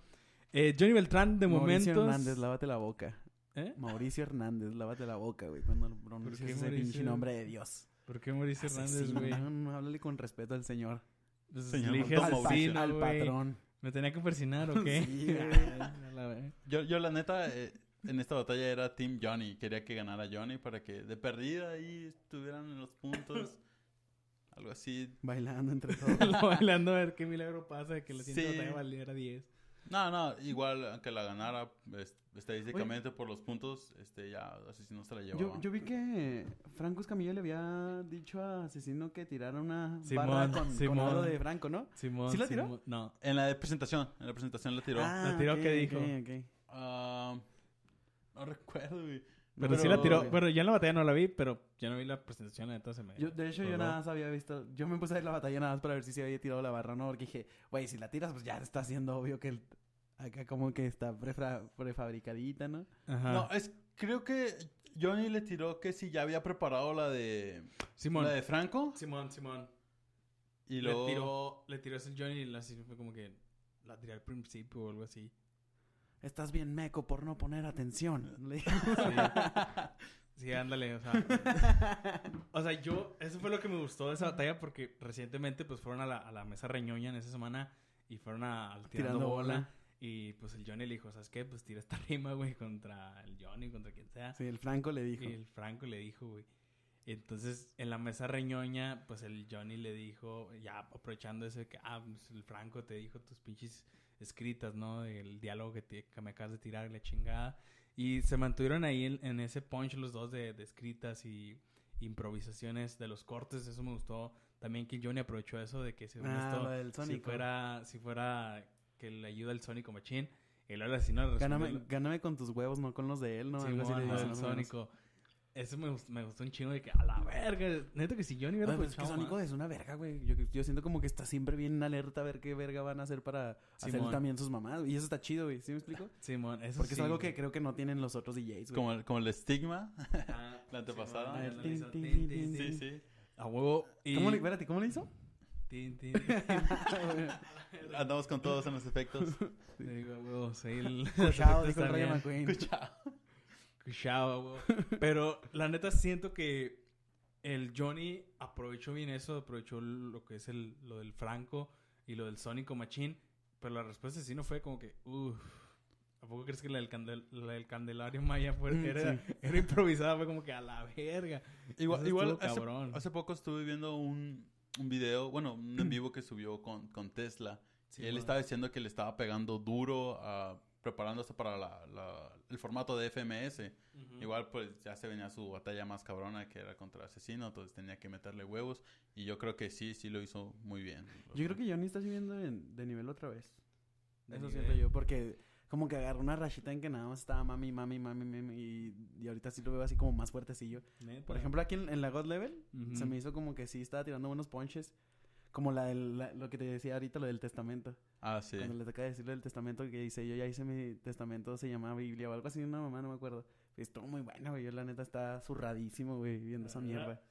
S1: Eh, Johnny Beltrán de
S2: Mauricio
S1: momentos...
S2: Hernández, lávate la boca.
S1: ¿Eh?
S2: Mauricio Hernández, lávate la boca, güey. Cuando lo pronuncias
S1: qué
S2: ese pinche
S1: Mauricio?
S2: nombre de Dios.
S1: ¿Por qué Mauricio Hernández,
S2: Asesino,
S1: güey?
S2: No, no, háblale con respeto al señor.
S1: Pues,
S3: Señor
S1: elige
S3: Don
S2: al, pa-
S3: Mauricio.
S1: asesino,
S2: al
S1: güey.
S2: patrón.
S1: ¿Me tenía que persinar o qué?
S2: Sí, güey.
S1: A la vez.
S3: Yo, yo la neta, eh, en esta batalla era Team Johnny. Quería que ganara Johnny para que de perdida ahí estuvieran en los puntos. Algo así.
S2: Bailando entre todos.
S1: Lo bailando a ver qué milagro pasa de que la siguiente
S3: Sí.
S1: batalla valiera 10.
S3: No, no, igual aunque la ganara es- estadísticamente por los puntos, este ya Asesino se la llevaba.
S2: Yo, yo vi que Franco Escamilla le había dicho a Asesino que tirara una
S1: Simón,
S2: barra con, con
S1: Simón.
S2: algo de Franco, ¿no?
S1: Simón,
S2: ¿Sí la tiró?
S1: Simón- No.
S3: En la de presentación, en la presentación la tiró.
S1: La tiró,
S2: Ah, ok,
S1: ¿qué dijo? Eh,
S2: ok, ok.
S3: Ah, no recuerdo, güey.
S1: Pero,
S3: Pero-
S1: sí la tiró. Bueno, yo en la batalla no la vi, pero yo no vi la presentación, entonces me...
S2: Yo, de hecho, yo
S1: Ajá.
S2: nada más había visto. Yo me puse a ver la batalla nada más para ver si se había tirado la barra o no. Porque dije, güey, si la tiras, pues ya está siendo obvio que el- acá como que está prefra- prefabricadita, ¿no?
S1: Ajá.
S3: No, es, creo que Johnny le tiró que si ya había preparado la de
S1: Simón.
S3: la de Franco
S1: Simón, Simón.
S3: y
S1: Le
S3: luego
S1: tiró, le tiró ese Johnny y la asesino fue como que la tiré al principio o algo así.
S2: Estás bien meco por no poner atención. Le dije,
S1: Sí, ándale, o sea. o sea, yo, eso fue lo que me gustó de esa batalla porque recientemente pues fueron a la, a la mesa reñoña en esa semana y fueron a, al tirando,
S2: Tirando
S1: bola.
S2: bola.
S1: Y pues el Johnny le dijo, ¿sabes qué? Pues tira esta rima, güey, contra el Johnny, contra quien sea.
S2: Sí, el Franco le dijo.
S1: Y el Franco le dijo, güey. Entonces, en la mesa reñoña, pues el Johnny le dijo, ya aprovechando ese que, ah, pues, el Franco te dijo tus pinches escritas, ¿no? El diálogo que, te- que me acabas de tirar, la chingada. Y se mantuvieron ahí en, en ese punch los dos de, de escritas y improvisaciones de los cortes. Eso me gustó. También que Johnny aprovechó eso de que según
S2: Ah,
S1: esto,
S2: lo del
S1: si
S2: Sónico.
S1: fuera, si fuera que le ayuda el Sónico Machín. Y luego el asesino le responde
S2: Gáname,
S1: lo-
S2: gáname con tus huevos, no con los de él, ¿no? Algo así
S1: Simón,
S2: le
S1: lo del
S2: dicen, más o menos.
S1: Sónico. Eso me, gust- me gustó un chingo de que, a la verga, neta que si yo ni hubiera
S2: Ay, pues es que
S1: pensado
S2: Sónico
S1: más.
S2: es una verga, güey. Yo, yo siento como que está siempre bien alerta a ver qué verga van a hacer para hacer
S1: Simón.
S2: también sus mamás. güey. Y eso está chido, güey. ¿Sí me explico?
S1: Simón, eso
S2: Porque
S1: sí,
S2: es algo
S1: güey.
S2: que creo que no tienen los otros DJs, güey.
S3: Como el, como el estigma.
S1: Ah,
S3: La antepasada.
S1: Simón,
S3: Ah,
S1: el
S2: tin,
S1: analizar,
S2: tin,
S1: tin,
S2: tin,
S1: tin, tin.
S3: Sí, sí.
S1: A huevo. y-
S2: ¿Cómo le, espérate, ¿cómo le hizo?
S1: tin, tin, tin.
S3: Andamos con todos en los efectos.
S1: Le digo, a huevo, soy el...
S2: Cuchao,
S1: los
S2: dijo el Rayo
S1: también.
S2: McQueen.
S3: Escucha.
S1: Cuchao, güey. Pero la neta siento que el Johnny aprovechó bien eso, aprovechó lo que es el, lo del Franco y lo del Sónico Machín. Pero la respuesta sí no fue como que, uff. ¿A poco crees que la del, candel- la del Candelario Maya fue,
S2: Mm,
S1: era, era improvisada? Fue como que a la verga.
S3: Igual,
S1: Eso
S3: igual
S1: estuvo
S3: hace,
S1: cabrón.
S3: hace poco estuve viendo un, un video, bueno, un en vivo que subió con, con Tesla. y él
S1: Simón.
S3: estaba diciendo que le estaba pegando duro, ah, preparándose para la- la- el formato de FMS.
S1: Ujú.
S3: Igual pues ya se venía su batalla más cabrona que era contra Asesino, entonces tenía que meterle huevos. Y yo creo que sí, sí lo hizo muy bien.
S2: Yo creo que Johnny está subiendo en- de nivel otra vez.
S1: De
S2: Eso
S1: nivel.
S2: siento yo, porque como que agarró una rachita en que nada más estaba mami, mami, mami, mami. Y, y ahorita sí lo veo así como más fuertecillo.
S1: Neta.
S2: Por ejemplo, aquí en, en la God Level
S1: Ujú.
S2: se me hizo como que sí estaba tirando buenos ponches. Como la del- la- lo que te decía ahorita, lo del testamento.
S3: Ah, sí.
S2: Cuando le toca decir lo del testamento que dice, yo ya hice mi testamento, se llamaba Biblia o algo así, una mamá, no me acuerdo. Y Estuvo muy bueno, güey. Yo la neta está zurradísimo, güey, viendo esa
S1: La verdad.
S2: mierda.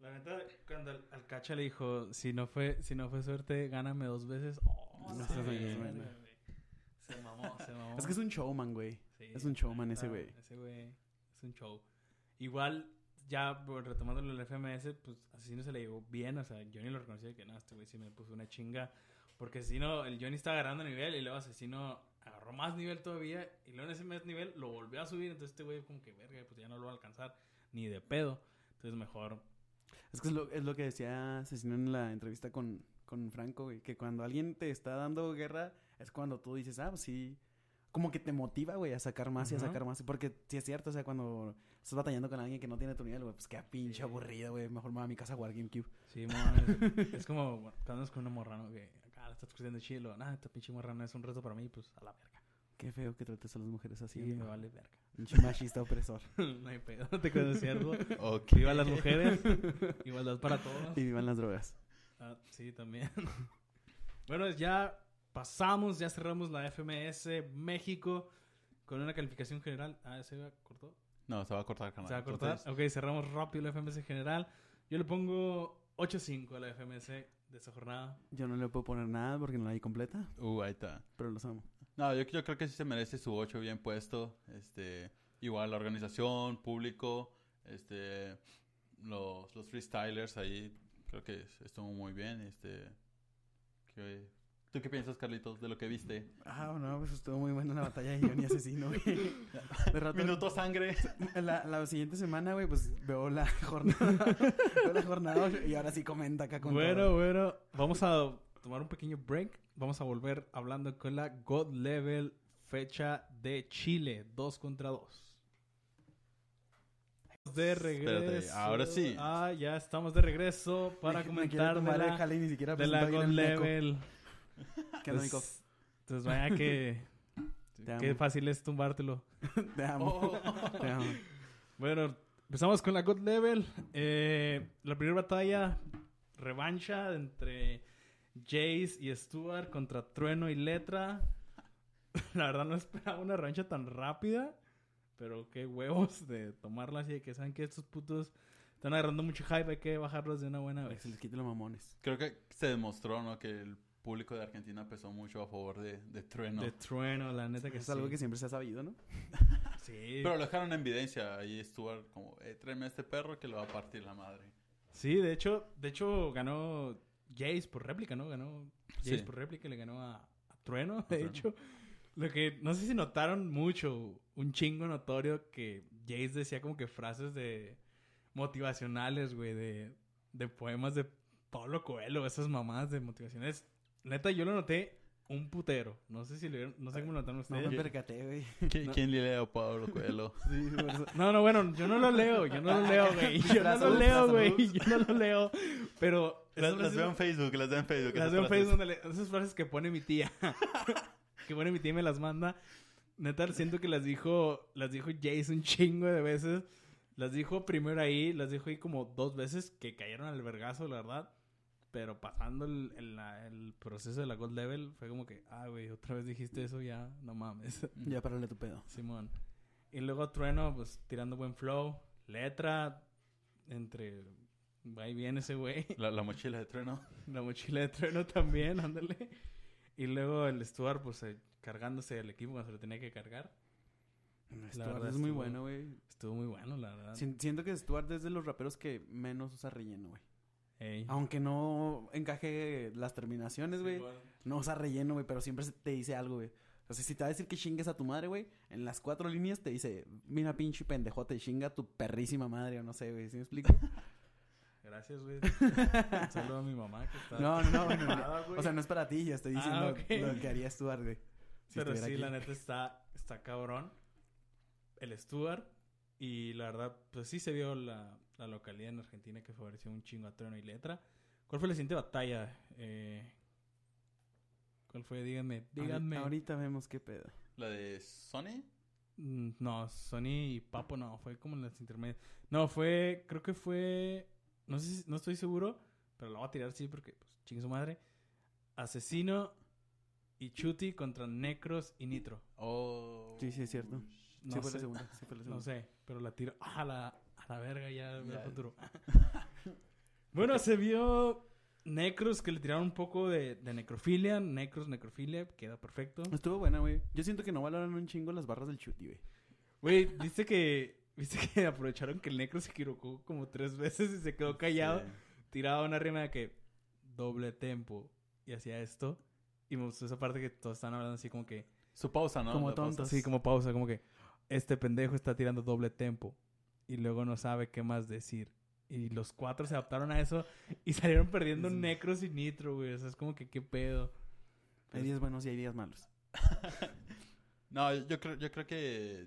S1: La neta, cuando al, al Cacha le dijo, si no fue, si no fue suerte, gáname dos veces. Oh,
S2: No,
S1: se,
S2: sí,
S1: verga,
S2: sí, bueno.
S1: güey. se mamó, se mamó.
S2: Es que es un showman, güey.
S1: Sí,
S2: es un showman
S1: la
S2: ese
S1: neta,
S2: güey.
S1: Ese güey es un show. Igual, ya pues, retomando el FMS, pues Asesino se le llevó bien. O sea, Johnny lo reconoció de que no, este güey sí me puso una chinga. Porque Asesino, el Johnny está agarrando nivel y luego Asesino agarró más nivel todavía. Y luego en ese más nivel lo volvió a subir. Entonces este güey, como que verga, pues ya no lo va a alcanzar ni de pedo. Entonces mejor.
S2: Es que es lo, es lo que decía Asesino en la entrevista con, con Franco, güey. Que cuando alguien te está dando guerra, es cuando tú dices, ah, pues sí. Como que te motiva, güey, a sacar más y a
S1: Ajá.
S2: sacar más. Porque sí es cierto, o sea, cuando estás batallando con alguien que no tiene tu nivel, güey, pues qué pinche
S1: Sí.
S2: aburrido, güey. Mejor me voy a mi casa a jugar GameCube.
S1: Sí, mon, es, es como bueno, cuando andas con una morrano que acá la estás creciendo chilo. Nada, esta pinche morrana es un reto para mí, pues a la verga.
S2: Qué feo que trates a las mujeres así,
S1: Sí,
S2: güey.
S1: me vale verga.
S2: Pinche machista opresor.
S1: no hay pedo, te quedo cierto.
S3: Ok.
S1: Viva las mujeres, igualdad para todos.
S2: Y vivan las drogas.
S1: Ah, sí, también. bueno, ya pasamos, ya cerramos la FMS México con una calificación general. Ah, se cortó.
S3: No, se va a cortar,
S1: Se
S3: carnal.
S1: va a cortar.
S3: Ah, Entonces,
S1: Ok, cerramos rápido la FMS general. Yo le pongo 8.5 a la FMS de esa jornada.
S2: Yo no le puedo poner nada porque no la hay completa,
S3: uh, ahí está.
S2: pero los amo.
S3: No, yo, yo creo que sí se merece su 8 bien puesto. Este, igual la organización, público, este, los, los freestylers ahí, creo que es- estuvo muy bien. Este, ¿qué- ¿Tú qué piensas, Carlitos, de lo que viste?
S2: Ah, no, pues estuvo muy buena la batalla de Johnny Asesino, güey. De rato-
S3: Minuto sangre.
S2: la, la siguiente semana, güey, pues veo la jornada. veo la jornada y ahora sí comenta acá con
S1: bueno,
S2: todo.
S1: bueno, vamos a tomar un pequeño break. Vamos a volver hablando con la God Level fecha de Chile, 2 contra 2. De regreso.
S3: Espérate, ahora sí.
S1: Ah, ya estamos de regreso para
S2: Me- me quiere
S1: comentar de
S2: tomar el
S1: la,
S2: jale y ni siquiera
S1: de la
S2: presentó
S1: God
S2: bien el meco.
S1: Level.
S2: ¿Qué onda, mico?
S1: Pues, pues vaya que
S2: Te amo.
S1: qué Oh. fácil es tumbártelo.
S2: Te amo.
S3: Oh.
S2: Te amo.
S1: Bueno, empezamos con la God Level. Eh, la primera batalla, revancha entre Jace y Stuart contra Trueno y Letra. La verdad no esperaba una revancha tan rápida, pero qué huevos de tomarla así de que saben que estos putos están agarrando mucho hype, hay que bajarlos de una buena
S2: Que
S1: vez.
S2: Se les quite los mamones.
S3: Creo que se demostró, ¿no? Que el público de Argentina pesó mucho a favor de, de Trueno.
S1: De Trueno, la neta que
S2: es algo
S1: sí.
S2: que siempre se ha sabido, ¿no?
S1: sí.
S3: Pero lo dejaron en evidencia. Ahí Stuart como, eh, tráeme a este perro que le va a partir la madre.
S1: Sí, de hecho, de hecho ganó Jace por réplica, ¿no? Ganó Jace
S3: Sí.
S1: por réplica, le ganó a, a Trueno, de
S3: Trueno.
S1: hecho. Lo que no sé si notaron mucho, un chingo notorio que Jace decía como que frases de motivacionales, güey, de, de poemas de Pablo Coelho, esas mamadas de motivaciones. Neta, yo lo noté un putero. No sé si lo vieron- no sé cómo lo notaron
S2: No
S1: ustedes.
S2: me percaté, güey.
S3: ¿Qui- ¿Quién le leo a Pablo Coelho?
S2: Sí, por eso.
S1: No, no, bueno, yo no lo leo, yo
S2: Ah,
S1: no lo leo, güey. Yo no lo
S2: Disfrazados,
S1: leo, güey.
S2: disfrazados.
S1: Yo no lo leo. Pero.
S3: Las,
S1: esas
S3: las
S1: frases-
S3: veo en Facebook, las veo en Facebook.
S1: Las
S3: esas
S1: veo en
S3: frases.
S1: Facebook, ándale, esas frases que pone mi tía. que bueno, mi tía me las manda. Neta, siento que las dijo, las dijo Jace un chingo de veces. Las dijo primero ahí, las dijo ahí como dos veces que cayeron al vergazo, la verdad. Pero pasando el, el- la- el proceso de la gold level, fue como que, ah, güey, otra vez dijiste eso, ya, no mames.
S2: Ya párale tu pedo.
S1: Simón. Y luego Trueno, pues tirando buen flow. Letra, entre. Va y viene ese güey.
S3: La, la mochila de trueno.
S1: La mochila de Trueno también, ándale. Y luego el Stuart, pues eh, cargándose el equipo cuando se lo tenía que cargar.
S2: Stuart
S1: verdad
S2: es muy
S1: estuvo-
S2: bueno, güey.
S1: Estuvo muy bueno, la verdad.
S2: Sien- Siento que Stuart es de los raperos que menos usa relleno, güey.
S1: Ey.
S2: Aunque no encaje las terminaciones, Ah, pues, güey.
S3: Simón.
S2: No usa relleno, güey, pero siempre se- te dice algo, güey. O sea, si te va a decir que chingues a tu madre, güey, en las cuatro líneas te dice, mira pinche pendejote, chinga a tu perrísima madre, o no sé, güey, ¿sí me explico?
S1: Gracias, güey. Un saludo a mi mamá que está.
S2: No, no, no, bueno,
S1: mamada, Ah, güey.
S2: o sea, no es para ti, yo estoy
S1: Ah,
S2: diciendo
S1: ok.
S2: lo que haría Stuart, güey. si
S1: Pero sí,
S2: estuviera aquí.
S1: la neta está, está cabrón. El Stuart. Y la verdad, pues sí se vio la, la localidad en Argentina que favoreció un chingo a Trueno y Letra. ¿Cuál fue la siguiente batalla? Eh, ¿Cuál fue? Díganme, díganme.
S2: Ahorita, ahorita vemos qué pedo.
S3: La de Sony.
S1: Mm, No, Sony y Papo no, fue como en las intermedias. No, fue, creo que fue, no sé, si- no estoy seguro, pero lo voy a tirar sí porque, pues, chingue su madre. Asesino y Chuti contra Necros y Nitro.
S3: Oh.
S2: Sí, sí, es cierto.
S1: No
S2: sí, fue
S1: sé.
S2: la segunda, sí fue la segunda.
S1: No sé, pero la tiro a la, a la verga ya en el
S3: Ya.
S1: futuro. bueno, se vio Necros que le tiraron un poco de, de necrofilia. Necros, necrofilia, queda perfecto.
S2: Estuvo buena, güey. Yo siento que no valoran un chingo las barras del chuti, güey.
S1: Güey, viste que. Viste que aprovecharon que el necro se equivocó como tres veces y se quedó callado.
S3: Sí.
S1: Tiraba una rima de que doble tempo y hacía esto. Y me gustó esa parte que todos están hablando así como que.
S3: Su pausa, ¿no?
S2: Como
S3: La pausa.
S2: tontos.
S1: Así como pausa, como que. Este pendejo está tirando doble tempo. Y luego no sabe qué más decir. Y los cuatro se adaptaron a eso y salieron perdiendo
S2: Sí.
S1: necros y nitro, güey. O sea, es como que qué pedo. Pues,
S2: Hay días buenos y hay días malos.
S3: No, yo creo, yo creo que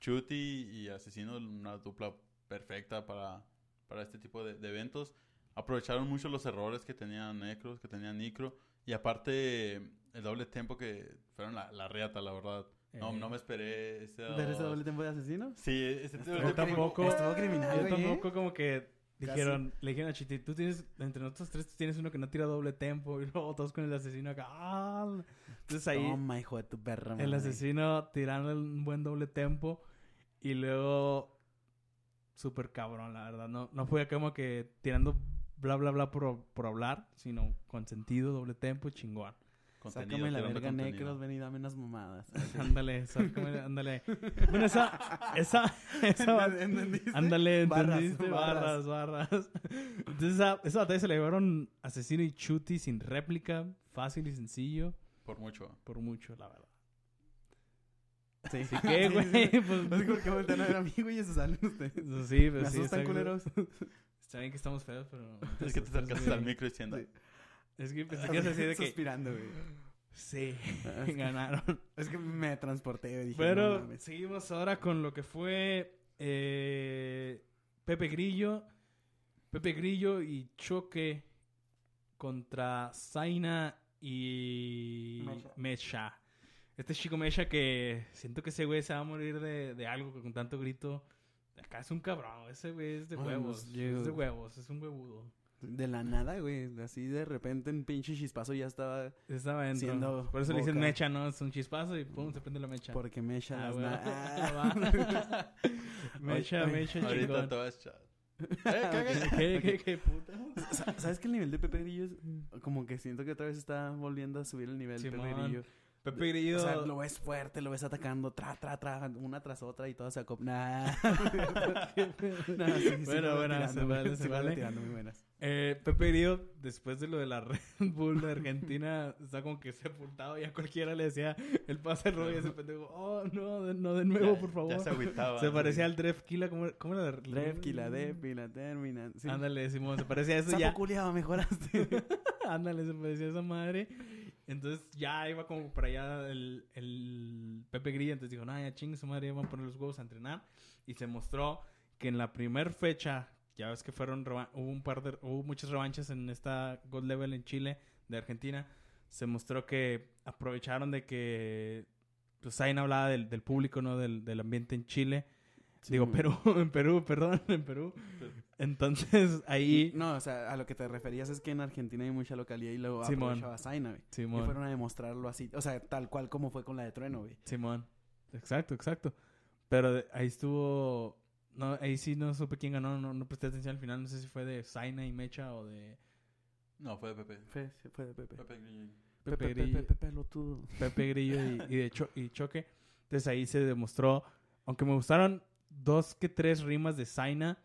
S3: Chuti y Asesino, una dupla perfecta para, para este tipo de, de eventos. Aprovecharon mucho los errores que tenía Necros, que tenía Nicro. Y aparte, el doble tiempo que fueron la, la reata, la verdad. No,
S1: Eh,
S3: no me esperé. Ese
S2: ¿Ver ese doble tiempo de asesino?
S3: Sí, ese doble
S1: Yo
S3: tiempo.
S1: tampoco.
S2: Estuvo criminal,
S1: Yo
S2: güey, ¿eh?
S1: tampoco como que
S2: Casi.
S1: dijeron, le dijeron a Chiti, tú tienes, entre nosotros tres, tú tienes uno que no tira doble tempo y luego todos con el asesino acá. ¡ah! Entonces ahí
S2: Toma, hijo de tu perra,
S1: el
S2: madre.
S1: asesino tirando un buen doble tempo y luego súper cabrón, la verdad. No, no fue como que tirando bla bla bla por, por hablar, sino con sentido, doble tempo, chingón.
S3: Contenido,
S2: Sácame la
S3: tirando
S2: verga,
S3: contenido.
S2: necros, ven y dame unas mamadas.
S1: Ándale, sácame, ándale. Bueno, esa, esa, esa,
S2: ¿Entendiste?
S1: Ándale,
S2: Barras,
S1: entendiste. Barras,
S2: barras.
S1: barras. Entonces, esa, esa batalla se la llevaron Asesino y Chuti sin réplica, fácil y sencillo,
S3: Por mucho.
S1: por mucho, la verdad.
S2: Sí.
S1: Así que, güey,
S2: No sé por
S1: pues.
S2: qué voltean a ver a mí, güey, y se salen ustedes.
S1: pues Sí, pero
S2: Me
S1: sí.
S2: asustan,
S1: está-
S2: culeros.
S1: Está bien que estamos feos, pero. pues,
S3: Es que te acercaste al micro diciendo.
S2: Sí.
S1: Es que pensé que ibas a decir de que.
S2: Suspirando, güey.
S1: Sí,
S2: Ah, es que-
S1: ganaron.
S2: Es que me transporté, güey. Dije, no
S1: Pero
S2: mames.
S1: seguimos ahora con lo que fue eh, Pepe Grillo. Pepe Grillo y Choque contra Zaina y
S2: Mecha.
S1: Mecha. Este chico Mecha que siento que ese güey se va a morir de, de algo con tanto grito. Acá es un cabrón, ese güey es de
S2: Ay,
S1: huevos.
S2: nos llegó.
S1: Es de huevos, es un huevudo.
S2: De la nada, güey. Así de repente en pinche chispazo ya estaba.
S1: Estaba dentro.
S2: Siendo
S1: Por eso le dicen
S2: boca.
S1: mecha, ¿no? Es un chispazo y pum, se prende la mecha.
S2: Porque me
S1: Ah,
S2: echa las
S1: güey.
S2: na-
S1: Ah, va. mecha,
S2: Oye,
S1: mecha,
S3: Ahorita
S1: chingón.
S3: te vas a echar. Eh, cague.
S1: ¿Qué, qué, qué puta?
S2: Ah, sa- ¿Sabes que el nivel de Pepe Grillo es como que siento que otra vez está volviendo a subir el nivel de Pepe
S1: Simón.
S2: Grillo?
S1: Pepe Grillo.
S2: O sea, lo ves fuerte, lo ves atacando, tra, tra, tra, una tras otra y todo se acopla. Nah. Nah, sí, sí,
S1: Bueno,
S2: lo
S1: bueno, se vale, se
S2: sí, lo
S1: vale.
S2: tirando muy buenas.
S1: eh, Pepe Grillo, después de lo de la Red Bull de Argentina, está como que sepultado. Ya cualquiera le decía el pase al rollo y ese pendejo. Oh, no, de- no de nuevo,
S3: Ya-
S1: por
S3: Ya
S1: favor.
S3: se agüitaba.
S1: se
S3: ¿no?
S1: parecía al Drefkila. ¿Cómo, cómo era?
S2: Drefkila, depila, termina. Sí.
S1: Mm. Ándale, Simón, se parecía a eso
S2: Sapo
S1: ya.
S2: culiao, mejoraste.
S1: Ándale, se parecía esa madre. Entonces ya iba como para allá el, el Pepe Grilla. Entonces dijo, no, ya chingue su madre, ya van a poner los huevos a entrenar. Y se mostró que en la primer fecha, ya ves que fueron, reva- hubo un par de, hubo muchas revanchas en esta Gold Level en Chile, de Argentina. se mostró que aprovecharon de que pues Zayn hablaba del, del público, ¿no? Del, del ambiente en Chile.
S2: Sí,
S1: Digo,
S2: mo-
S1: Perú, en Perú, perdón, en Perú. Entonces, ahí...
S2: No, o sea, a lo que te referías es que en Argentina hay mucha localidad y luego
S1: Simón.
S2: aprovechaba Zaina, güey. Y
S1: Simón.
S2: fueron a demostrarlo así, o sea, tal cual como fue con la de Trueno, güey.
S1: Simón. Exacto, exacto. Pero de- ahí estuvo. No, ahí sí no supe quién ganó, no, no presté atención al final, no sé si fue de Zaina y Mecha o de
S3: No, fue de Pepe.
S2: Fue, sí, fue de Pepe.
S3: Pepe Grillo.
S1: Pepe,
S2: Pepe, Pepe,
S1: Grillo,
S2: Pepe, pelotudo.
S1: Pepe Grillo y, y de Cho- y Choque. Entonces ahí se demostró, aunque me gustaron dos que tres rimas de Zaina,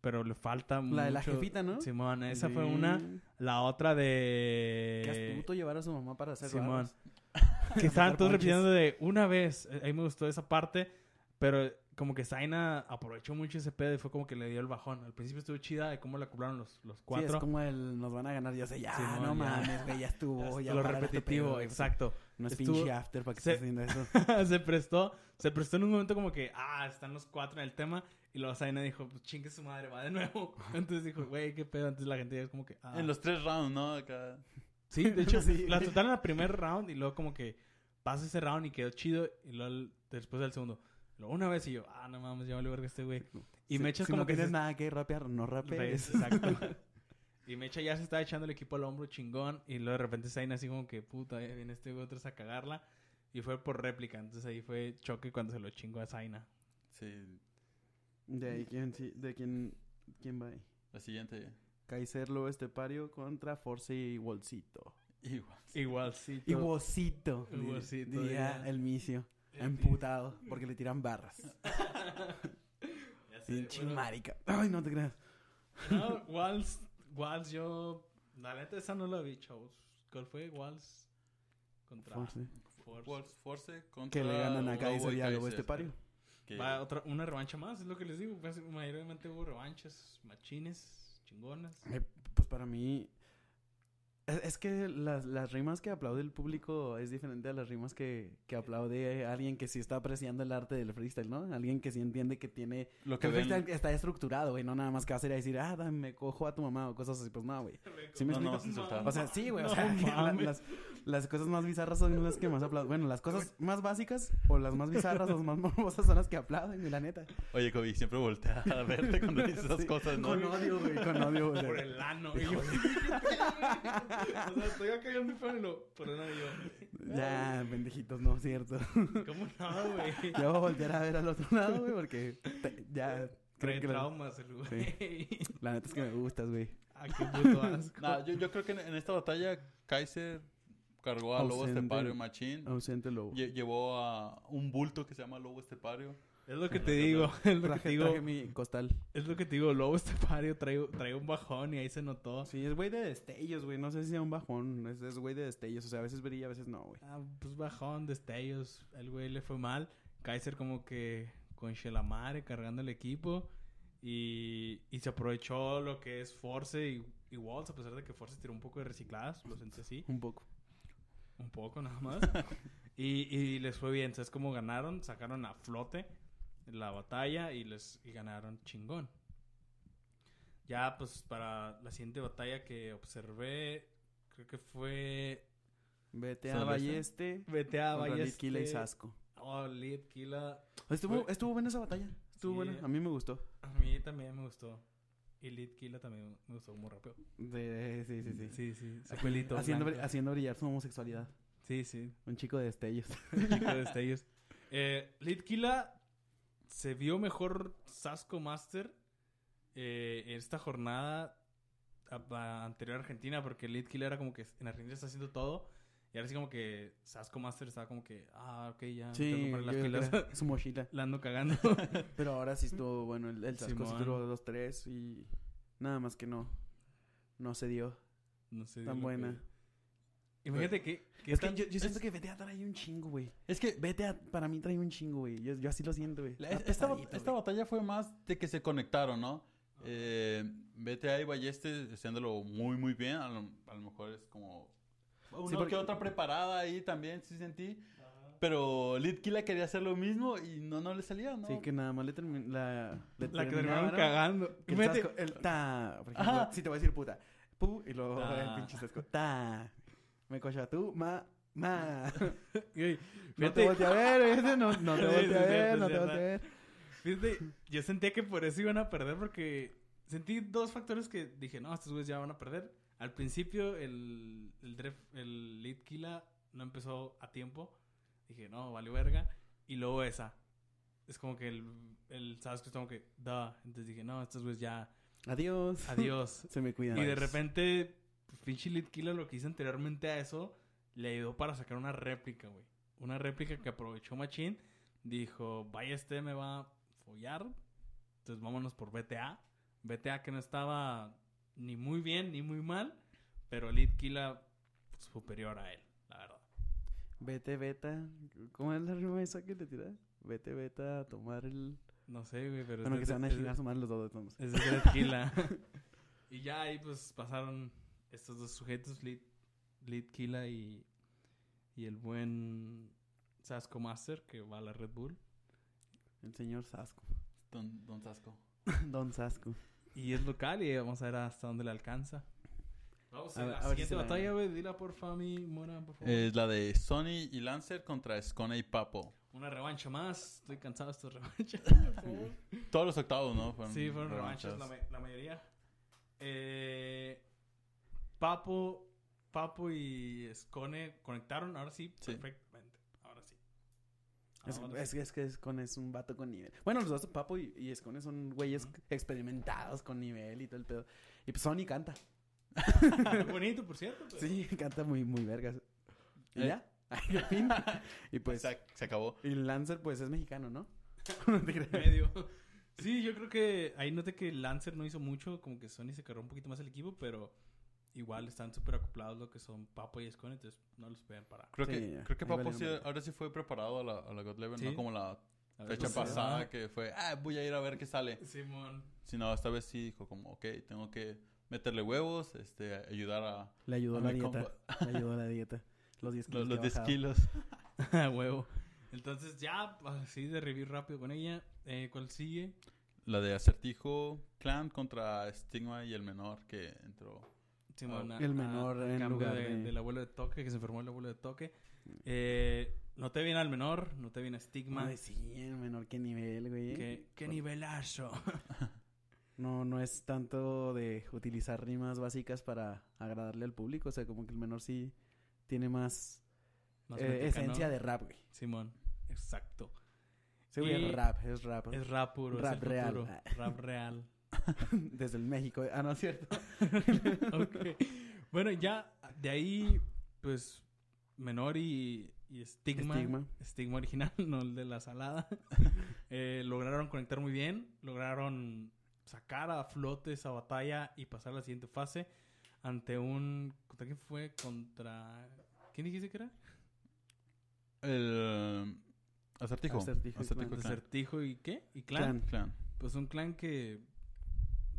S1: pero le falta
S2: La de la
S1: mucho-
S2: jefita, ¿no?
S1: Simón, esa fue
S2: Sí.
S1: una. La otra de...
S2: Qué astuto llevar a su mamá para hacer
S1: Simón.
S2: Simón.
S1: que estaban
S2: sacar
S1: todos
S2: ponches.
S1: repitiendo de una vez. Eh, A mí me gustó esa parte, pero como que Zaina aprovechó mucho ese pedo y fue como que le dio el bajón. Al principio estuvo chida de cómo la cublaron los, los
S2: Sí, es
S1: cuatro.
S2: como el nos van a ganar, ya sé, ya,
S1: Simón,
S2: no
S1: ya.
S2: mames, güey, ya estuvo, ya
S1: lo
S2: para de tu
S1: repetitivo,
S2: pedo,
S1: exacto.
S2: No es
S1: Estuvo-
S2: pinche after para que
S1: se-
S2: estés haciendo eso.
S1: se prestó, se prestó en un momento como que, ah, están los cuatro en el tema. Y luego Zaina dijo, pues chingue su madre, va de nuevo. Entonces dijo, güey, qué pedo. Entonces la gente ya es como que, ah.
S3: En los tres rounds, ¿no? Acá.
S1: Sí, de hecho,
S2: Sí.
S1: la total en el primer round y luego como que pasa ese round y quedó chido y luego el- después del segundo. Luego una vez y yo, ah, no mames, ya vale verga este güey. Y
S2: Si-
S1: me echas
S2: si
S1: como
S2: no
S1: que...
S2: tienes
S1: se-
S2: nada pues. que rapear, no rapees.
S1: Ves, exacto. y Mecha ya se estaba echando el equipo al hombro chingón y luego de repente Zayn así como que, puta, eh, viene este güey otra vez a cagarla. Y fue por réplica, entonces ahí fue choque cuando se lo chingó a Zaina.
S3: Sí.
S2: De ahí, ¿quién, sí- de quién, quién va ahí?
S3: La siguiente.
S2: Kaiser Lobo Estepario contra Force y Wolcito.
S3: Igual.
S1: Igual, sí.
S2: Y Wolcito.
S1: Y Wolcito,
S2: Diría
S1: diría.
S2: el misio. Emputado. Porque le tiran barras. Pinche marica. Ay, no te creas.
S1: No, Walls, Walls, yo. La neta, esa no la vi, chavos. ¿Cuál fue? Walls contra
S2: Force.
S1: Force.
S3: Force, Force contra.
S2: Que le ganan a
S3: Lobo
S2: Kaiser
S3: y
S2: y a Lobo
S3: Kaiser.
S2: Estepario.
S3: Que-
S1: Va otra, una revancha más, es lo que les digo. Pues, mayormente hubo revanchas, machines, chingonas.
S2: Eh, pues para mí. Es, es que las, las rimas que aplaude el público es diferente a las rimas que, que aplaude alguien que sí está apreciando el arte del freestyle, ¿no? Alguien que sí entiende que tiene.
S3: Lo
S2: Que
S3: que
S2: el
S3: ven.
S2: freestyle está estructurado, güey. No nada más que hacer a decir, ah, dame, me cojo a tu mamá o cosas así. Pues no, güey. ¿Sí me
S3: No, no
S2: explico?
S3: vas a insultar.
S2: O sea, sí, güey. o
S1: No
S2: sea, la-
S1: mames.
S2: las, las cosas más bizarras son las que más aplauden. Bueno, las cosas más básicas o las más bizarras o las más morbosas son las que aplauden, güey, la neta.
S3: Oye, Kobe, siempre voltea a verte cuando dices esas
S2: Sí,
S3: cosas, ¿no?
S2: Con odio, güey. Con odio, güey.
S1: Por el ano. Y yo, o sea, estoy acá yo muy fan y lo. Por el ano, yo.
S2: Ya, pendejitos, no, cierto.
S1: ¿Cómo no, güey?
S2: Ya voy a voltear a ver al otro lado, güey, porque te- ya.
S1: Trae
S2: creo que la-
S1: traumas el güey.
S2: La neta es que me gustas, güey.
S1: Ah, qué puto asco.
S3: Nah, yo, yo creo que en, en esta batalla Kaiser cargó a Lobo
S2: Ausente. Oh.
S3: Estepario Machín.
S2: Ausente lobo.
S3: Lle- llevó a un bulto que se llama Lobo Estepario.
S1: Es lo que te digo, es lo que te
S2: Traje,
S1: digo.
S2: traje mi costal.
S1: Es lo que te digo, Lobo Estepario trae, trae un bajón y ahí se notó.
S2: Sí, es güey de destellos, güey. No sé si sea un bajón. Es, es güey de destellos. O sea, a veces brilla, a veces no, güey.
S1: Ah, pues bajón, destellos, el güey le fue mal. Kaiser como que con Shelamare cargando el equipo y, y se aprovechó lo que es Force y, y Walls, a pesar de que Force tiró un poco de recicladas, lo sentí así,
S2: Un poco.
S1: un poco nada más. y, y les fue bien, ¿sabes cómo ganaron? Sacaron a flote la batalla y, les, y ganaron chingón. Ya, pues para la siguiente batalla que observé, creo que fue
S2: Vete a
S3: Solo ese.
S2: Balleste.
S1: BTA
S2: contra
S1: Valles.
S2: Litkila y Sasco.
S1: este, Oh, Lid Kila.
S2: Estuvo,
S1: Fue-
S2: estuvo buena esa batalla. Estuvo
S1: Sí.
S2: buena. A mí me gustó.
S1: A mí también me gustó. Y Lid Kila también me gustó como rápido.
S2: De- sí, sí, sí.
S1: Sí, sí. Su pelito.
S2: haciendo, bri-
S1: blanco.
S2: haciendo brillar su homosexualidad.
S1: Sí, sí.
S2: Un chico de destellos.
S1: Chico de destellos. Eh, Lid Kila se vio mejor Sasco Master eh, en esta jornada a- a- anterior a Argentina, porque Lid Kila era como que en Argentina está haciendo todo. Y ahora sí como que Sasco Master estaba como que, ah, ok, ya. me tengo que
S2: Sí,
S1: poner las
S2: yo creo que
S1: pilas.
S2: era su mochila.
S1: La ando cagando.
S2: Pero ahora sí estuvo bueno el, el Sasco sí
S1: Simón.
S2: duró los tres y nada más que no. No se dio
S1: No sé.
S2: tan
S1: lo
S2: buena.
S1: que- Imagínate que... que
S2: Es que
S1: tan-
S2: yo, yo siento que vete a traer un chingo, güey.
S3: Es que
S2: Vete a, para mí trae un chingo, güey. Yo, yo así lo siento, güey.
S3: La-
S1: Ah,
S2: Está
S3: es- esta, bat-
S2: pesadito,
S3: esta
S2: güey.
S3: batalla fue más de que se conectaron, ¿no? Eh, BTA y Balleste este, haciéndolo muy, muy bien. A lo, a lo mejor es como. Una
S2: porque-
S3: que otra preparada ahí también, sí sentí. Pero Litkila quería hacer lo mismo y no, no le salía, ¿no?
S2: Sí, que nada más le, termi- la, le
S1: La que terminaron
S2: terminaron
S1: cagando.
S2: que El,
S1: Imagínate-
S2: Sasco- el ta, por ejemplo,
S3: Ajá.
S1: Ah.
S2: si te voy a decir puta. Pu, y luego
S1: Ta.
S2: el pinche Sasco. Ta. Me cocha tú, ma, ma.
S1: Güey,
S2: No te
S1: Ah. fíjate,
S2: volteé a ver, ese no, no te
S1: Sí,
S2: volteé a
S1: sí,
S2: ver,
S1: cierto,
S2: no
S1: es
S2: te
S1: verdad.
S2: volteé a ver.
S1: fíjate, yo sentía que por eso iban a perder porque sentí dos factores que dije, no, estos güeyes ya van a perder. Al principio el, el, draft- el lead killer no empezó a tiempo. Dije, no, vale verga. Y luego esa. Es como que el, el sabes que es como que, da. Entonces dije, no, estos güeyes ya,
S2: Adiós.
S1: adiós.
S2: Se me cuidan.
S1: Y de
S2: Nice.
S1: repente, pues, pinche Lit Killer lo que hizo anteriormente a eso, le ayudó para sacar una réplica, güey. Una réplica que aprovechó Machín. Dijo, vaya este me va a follar. Entonces vámonos por BTA. BTA que no estaba ni muy bien ni muy mal, pero Lit Killer pues, superior a él, la verdad.
S2: Vete, beta. ¿Cómo es la rima esa que te tira? Vete, beta, a tomar el.
S1: No sé, güey, pero...
S2: Bueno,
S1: es-
S2: que se van a
S1: es-
S2: chingar a su madre los dos, vamos.
S1: Es de Dreadkilla. y ya ahí pues pasaron estos dos sujetos, Lead, Killa y, y el buen Sasco Master que va a la Red Bull.
S2: El señor Sasco.
S3: Don, don Tasco.
S2: Don Sasco.
S1: Y es local y vamos a ver hasta dónde le alcanza. Vamos a,
S2: A ver-
S1: la
S2: a ver si
S1: siguiente
S2: se la
S1: batalla,
S2: gana.
S1: güey. Dila por Fami Mora, por favor.
S3: Es la de Sony y Lancer contra Skone y Papo.
S1: Una revancha más. Estoy cansado de estas revanchas. por favor.
S3: Todos los octavos, ¿no? Fueron
S1: Sí, fueron revanchas la, ma- la mayoría. Eh, Papo, Papo y Scone conectaron, ahora sí,
S3: Sí.
S1: perfectamente. Ahora sí.
S2: Es,
S1: Ahora
S2: es,
S1: sí.
S2: es que Escon es un vato con nivel. Bueno, los dos, Papo y, y Escone son güeyes
S1: Ujú.
S2: experimentados con nivel y todo el pedo. Y pues Sony canta.
S1: Bonito, por cierto. pero-
S2: Sí, canta muy, muy vergas. ¿Y
S3: Eh.
S2: ya? Ay, al fin. y
S3: Pues
S2: pues.
S3: se, se acabó.
S2: Y Lancer, pues es mexicano, ¿no? No te creas.
S1: medio. Sí, yo creo que ahí noté que Lancer no hizo mucho, como que Sony se cargó un poquito más el equipo, pero igual están súper acoplados lo que son Papo y Scone, entonces no los pueden parar.
S3: Creo
S2: Sí,
S3: que,
S2: ya.
S3: creo que
S2: Ahí
S3: Papo
S2: valieron
S3: sí-
S2: verga.
S3: ahora sí fue preparado a la, a la God Level,
S1: Sí.
S3: no como la
S1: A ver
S3: fecha
S1: cómo se
S3: pasada
S1: da.
S3: que fue, ah, voy a ir a ver qué sale.
S1: Simón.
S3: Sino esta vez sí dijo como, ok, tengo que meterle huevos, este, ayudar a
S2: Le ayudó
S3: a
S2: la
S3: mi
S2: dieta.
S3: compa-
S2: Le ayudó la dieta. Los 10 kilos.
S3: los, los
S2: que
S3: 10
S2: bajaba.
S3: kilos.
S1: A huevo. Entonces ya, así de review rápido con ella. Eh, ¿Cuál sigue?
S3: La de Acertijo Clan contra Stigma y el menor que entró.
S1: Simón,
S3: Ah,
S1: a-
S2: el
S1: a-
S2: menor
S1: a
S2: en
S1: cambio
S2: lugar
S1: de-
S2: de- Mm.
S1: del abuelo de toque, que se enfermó el abuelo de toque. Eh, no te viene al menor, no te viene estigma.
S2: Ay, sí, el menor que nivel, güey.
S1: ¿Qué, qué nivelazo.
S2: No, no es tanto de utilizar rimas básicas para agradarle al público. O sea, como que el menor sí tiene más,
S1: Más
S2: eh,
S1: mexicano.
S2: esencia de rap, güey.
S1: Simón, exacto.
S2: Sí, güey,
S1: Y-
S2: es rap, es rap.
S1: Es rap puro, es
S2: Rap
S1: el
S2: real.
S1: futuro. Rap real.
S2: Desde el México. Ah, no es cierto.
S1: Ok. Bueno, ya de ahí, pues, menor y, y estigma.
S2: Estigma.
S1: Estigma original, no el de la salada. Eh, lograron conectar muy bien. Lograron sacar a flote esa batalla y pasar a la siguiente fase ante un... ¿Contra quién fue? Contra... ¿Quién dijiste que era?
S3: El Acertijo.
S2: Acertijo
S3: Acertijo,
S2: y
S3: Pues Clan.
S1: Desertijo y qué? ¿Y clan?
S2: Clan.
S3: Clan.
S1: Pues un clan que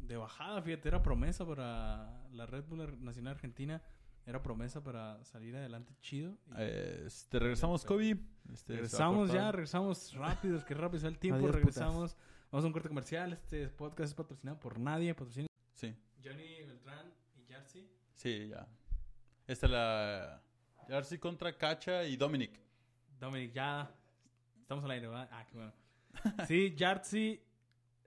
S1: de bajada, fíjate, era promesa para la Red Bull Ar- Nacional Argentina. Era promesa para salir adelante chido. Y
S3: Eh, este, regresamos, Kobe. Este,
S1: regresamos
S3: se va a
S1: ya,
S3: cortar.
S1: regresamos rápido, es que rápido sea el tiempo.
S2: Adiós, putas.
S1: regresamos. Vamos a un corte comercial. Este podcast es patrocinado por nadie. Patrocina
S3: Sí,
S1: Johnny Beltrán y Yarsi.
S3: sí, ya. Esta es la. Jersey contra Cacha y Dominic.
S1: Dominic, ya. Estamos al aire, ¿verdad? Ah, qué bueno. Sí, Yartzi.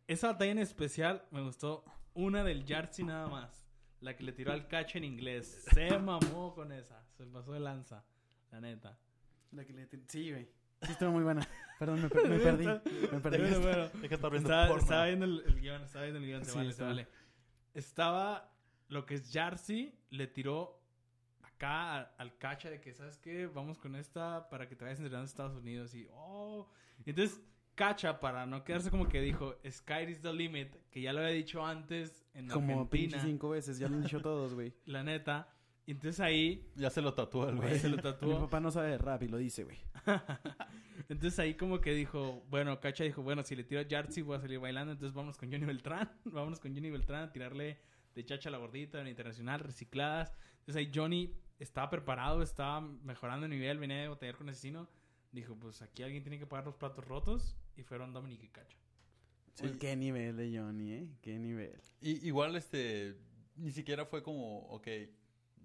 S1: Esa batalla en especial me gustó. Una del Yartzi nada más. La que le tiró al cacho en inglés. Se mamó con esa. Se pasó de lanza. La neta.
S2: La que le tir- Sí, güey. Sí, estuvo muy buena. Perdón, me, per- me perdí. Me perdí.
S1: Bueno, bueno.
S3: Es que está
S1: Estaba, estaba viendo el, el guión, estaba viendo el guión. Se
S2: Sí,
S1: vale,
S2: estaba.
S1: se vale. Estaba lo que es Yarsi, le tiró acá a- al cacha de que, ¿sabes qué? Vamos con esta para que te vayas entrenando a Estados Unidos. Y, oh. Y entonces, cacha, para no quedarse como que dijo, Sky is the limit, que ya lo había dicho antes en
S2: Como pinche
S1: Argentina,
S2: cinco veces. Ya lo han dicho todos, güey.
S1: la neta. Y entonces ahí
S3: Ya se lo tatuó el
S1: ahí
S3: güey.
S1: se lo
S2: Mi
S1: tatuó.
S2: papá no sabe de rap y lo dice, güey.
S1: Entonces ahí como que dijo, bueno, Cacha dijo, bueno, si le tiro a Yartzi voy a salir bailando, entonces vámonos con Johnny Beltrán, vámonos con Johnny Beltrán a tirarle de chacha a la gordita en internacional, recicladas. Entonces ahí Johnny estaba preparado, estaba mejorando el nivel, venía de batallar con asesino. Dijo, pues aquí alguien tiene que pagar los platos rotos y fueron Dominic y Cacha.
S3: Sí.
S2: Uy, qué nivel de Johnny, ¿eh? Qué nivel.
S3: Y, igual, este. Ni siquiera fue como, ok,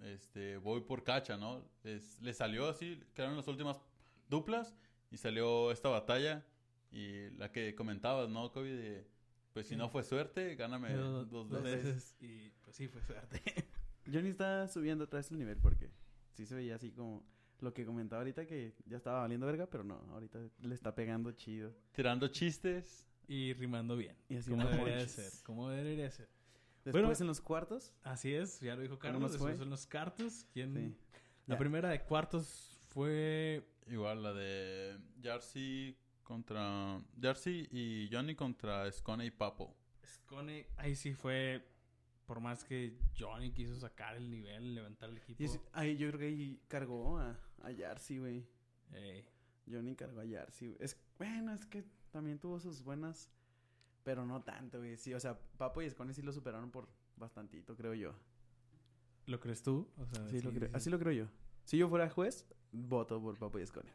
S3: este, voy por cacha, ¿no? Es- le salió así, quedaron las últimas duplas y salió esta batalla y la que comentabas, ¿no, Kobe? De, pues si no fue suerte, gáname
S1: Yo-
S3: Eh, dos, veces.
S1: Y pues sí, fue suerte.
S2: Johnny está subiendo otra vez el nivel porque sí se veía así como lo que comentaba ahorita que ya estaba valiendo verga, pero no, ahorita le está pegando chido.
S3: Tirando chistes.
S1: Y rimando bien.
S2: Y así
S1: como
S2: no
S1: debería de
S2: manches.
S1: ser. Como debería ser.
S2: Después
S1: Bueno.
S2: en los cuartos,
S1: Así es, ya lo dijo Carlos.
S2: nos fue?
S1: Después son los cartos. ¿Quién?
S2: sí.
S1: mm, La
S2: Ya.
S1: primera de cuartos fue
S3: Igual la de Jarsey contra. Jarsey y Johnny contra Scone y Papo.
S1: Scone. Ahí sí fue. Por más que Johnny quiso sacar el nivel, levantar el equipo.
S2: Y es- ahí yo creo que ahí cargó a, a Yarsi, güey.
S1: eh,
S2: Johnny cargó a Yarsi, güey. Es, bueno, es que también tuvo sus buenas, pero no tanto, güey. Sí, o sea, Papo y Scone sí lo superaron por bastantito, creo yo.
S1: ¿Lo crees tú? O sea,
S2: Sí, lo creo-
S1: Ah, sí.
S2: Así lo creo yo. Si yo fuera juez, voto por Papo y Escone.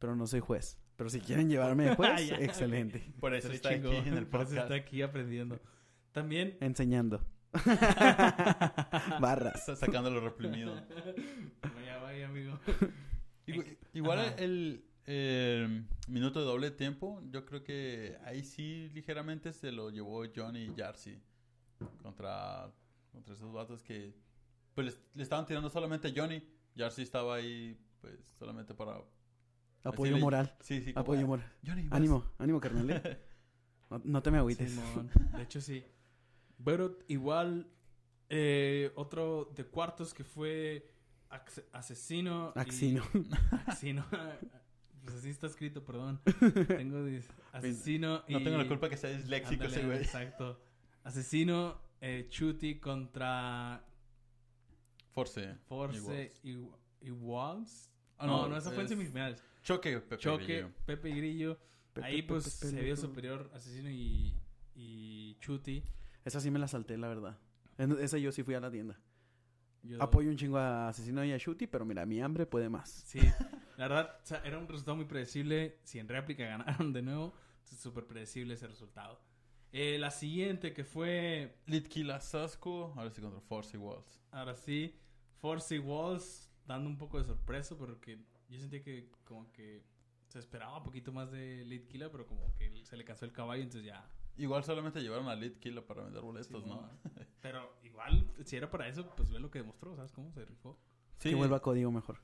S2: Pero no soy juez. Pero si quieren llevarme de
S1: Ah,
S2: juez,
S1: ya.
S2: excelente.
S3: Por eso
S1: Pero
S3: está
S1: chingón,
S3: aquí en el
S1: por eso
S3: podcast.
S1: está aquí aprendiendo. También
S2: Enseñando.
S1: Ah.
S2: Barras.
S3: Está sacando lo reprimido.
S1: Vaya, vaya, amigo.
S3: Igu- Igual
S1: Ajá.
S3: el, el minuto de doble tiempo, yo creo que ahí sí ligeramente se lo llevó Johnny y Jarsey contra, contra esos vatos que pues les- le estaban tirando solamente a Johnny. Jarsey estaba ahí pues solamente para...
S2: Apoyo
S3: decirle-
S2: moral.
S3: Sí, sí. como,
S2: Apoyo
S3: "Ah,
S2: moral.
S3: Johnny, vas".
S2: Ánimo, ánimo, carnal. eh. No, no te me agüites.
S1: Simón. De hecho, sí. Pero igual, eh, otro de cuartos que fue Ax- asesino. y-
S2: Axino.
S1: Asesino. pues así está escrito, perdón. Tengo dis- asesino y.
S3: Pues, No tengo la culpa que sea disléxico
S1: Ándale,
S3: ese güey.
S1: Exacto. Asesino, eh, Chuti contra
S3: Force.
S1: Force
S3: Iguals.
S1: y, y Wolves.
S3: Ah,
S1: no, no, esa fue en
S3: es
S1: semifinales.
S3: Choque, Pepe.
S1: Choque,
S3: Grillo.
S1: Pepe y Grillo.
S2: Pepe,
S1: Ahí
S2: pepe,
S1: pues
S2: pepe,
S1: se vio
S2: loco.
S1: superior Asesino y, y Chuti.
S2: Esa sí me la salté, la verdad. En- Esa yo sí fui a la tienda.
S1: Yo-
S3: Ah, pues.
S2: Apoyo un chingo a Asesino y a Shuti, pero mira, mi hambre puede más.
S1: Sí, la verdad, o sea, era un resultado muy predecible. Si en réplica ganaron de nuevo, es súper predecible ese resultado. Eh, la siguiente que fue,
S3: Litkila Sasco, ahora sí contra Force y Walls.
S1: ahora sí, Force y Walls, dando un poco de sorpresa porque yo sentía que como que se esperaba un poquito más de Litkila, pero como que se le cansó el caballo, entonces ya.
S3: Igual solamente llevaron a Litkila para vender boletos,
S1: sí,
S3: ¿no?
S1: Pero igual, si era para eso, pues ve lo que demostró, ¿sabes cómo? Se rifó.
S3: Sí,
S2: Que vuelva a Código mejor.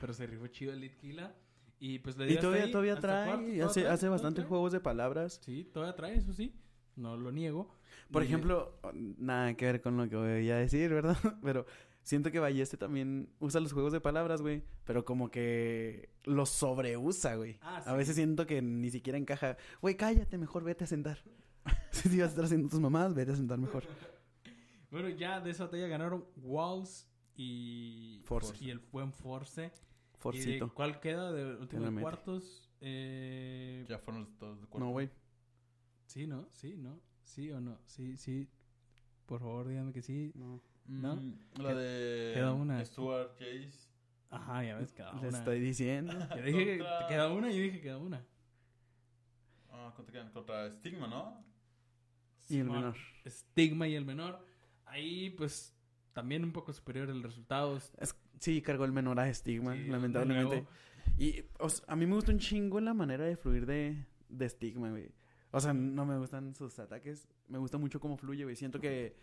S1: Pero se rifó chido el Litkila. Y pues le
S2: Y
S1: dio hasta
S2: todavía,
S1: ahí,
S2: todavía
S1: hasta
S2: trae,
S1: cuartos, todavía
S2: hace,
S1: trae,
S2: hace
S1: todavía
S2: bastantes
S1: trae.
S2: juegos de palabras.
S1: Sí, todavía trae, eso sí. No lo niego.
S2: Por
S1: Y-
S2: ejemplo, nada que ver con lo que voy a decir, ¿verdad? Pero siento que Balleste también usa los juegos de palabras, güey. Pero como que los sobreusa, güey.
S1: Ah,
S2: A veces
S1: sí.
S2: siento que ni siquiera encaja. Güey, cállate, mejor vete a sentar. si te vas a estar haciendo tus mamás, vete a sentar mejor.
S1: Bueno, ya de esa batalla ganaron Walls y...
S2: Force.
S1: Y el buen Force. ¿Y de
S2: Forcito.
S1: cuál queda de último
S2: Ya la
S1: de
S2: mete.
S1: cuartos? Eh,
S3: Ya fueron los dos de cuarto.
S2: No, güey.
S1: sí, ¿no? Sí, ¿no? Sí o no. Sí, sí. Por favor, díganme que sí.
S2: No.
S1: ¿No?
S3: Mm, La de
S1: Queda una.
S3: Stuart Chase.
S1: Ajá, ya ves, queda
S2: Le
S1: una.
S2: estoy diciendo.
S1: Yo dije que
S3: Contra-
S1: queda una, yo dije queda una.
S3: Ah, ¿contra quién? Contra Stigma, ¿no?
S2: y el
S1: Simón,
S2: menor.
S1: Stigma y el menor. Ahí, pues, también un poco superior el resultado.
S2: Es- sí, cargó el menor a estigma,
S1: Sí, de
S2: lamentablemente.
S1: nuevo.
S2: Y o sea, a mí me gusta un chingo la manera de fluir de, de Stigma, güey. O sea, no me gustan sus ataques. Me gusta mucho cómo fluye, güey. Siento que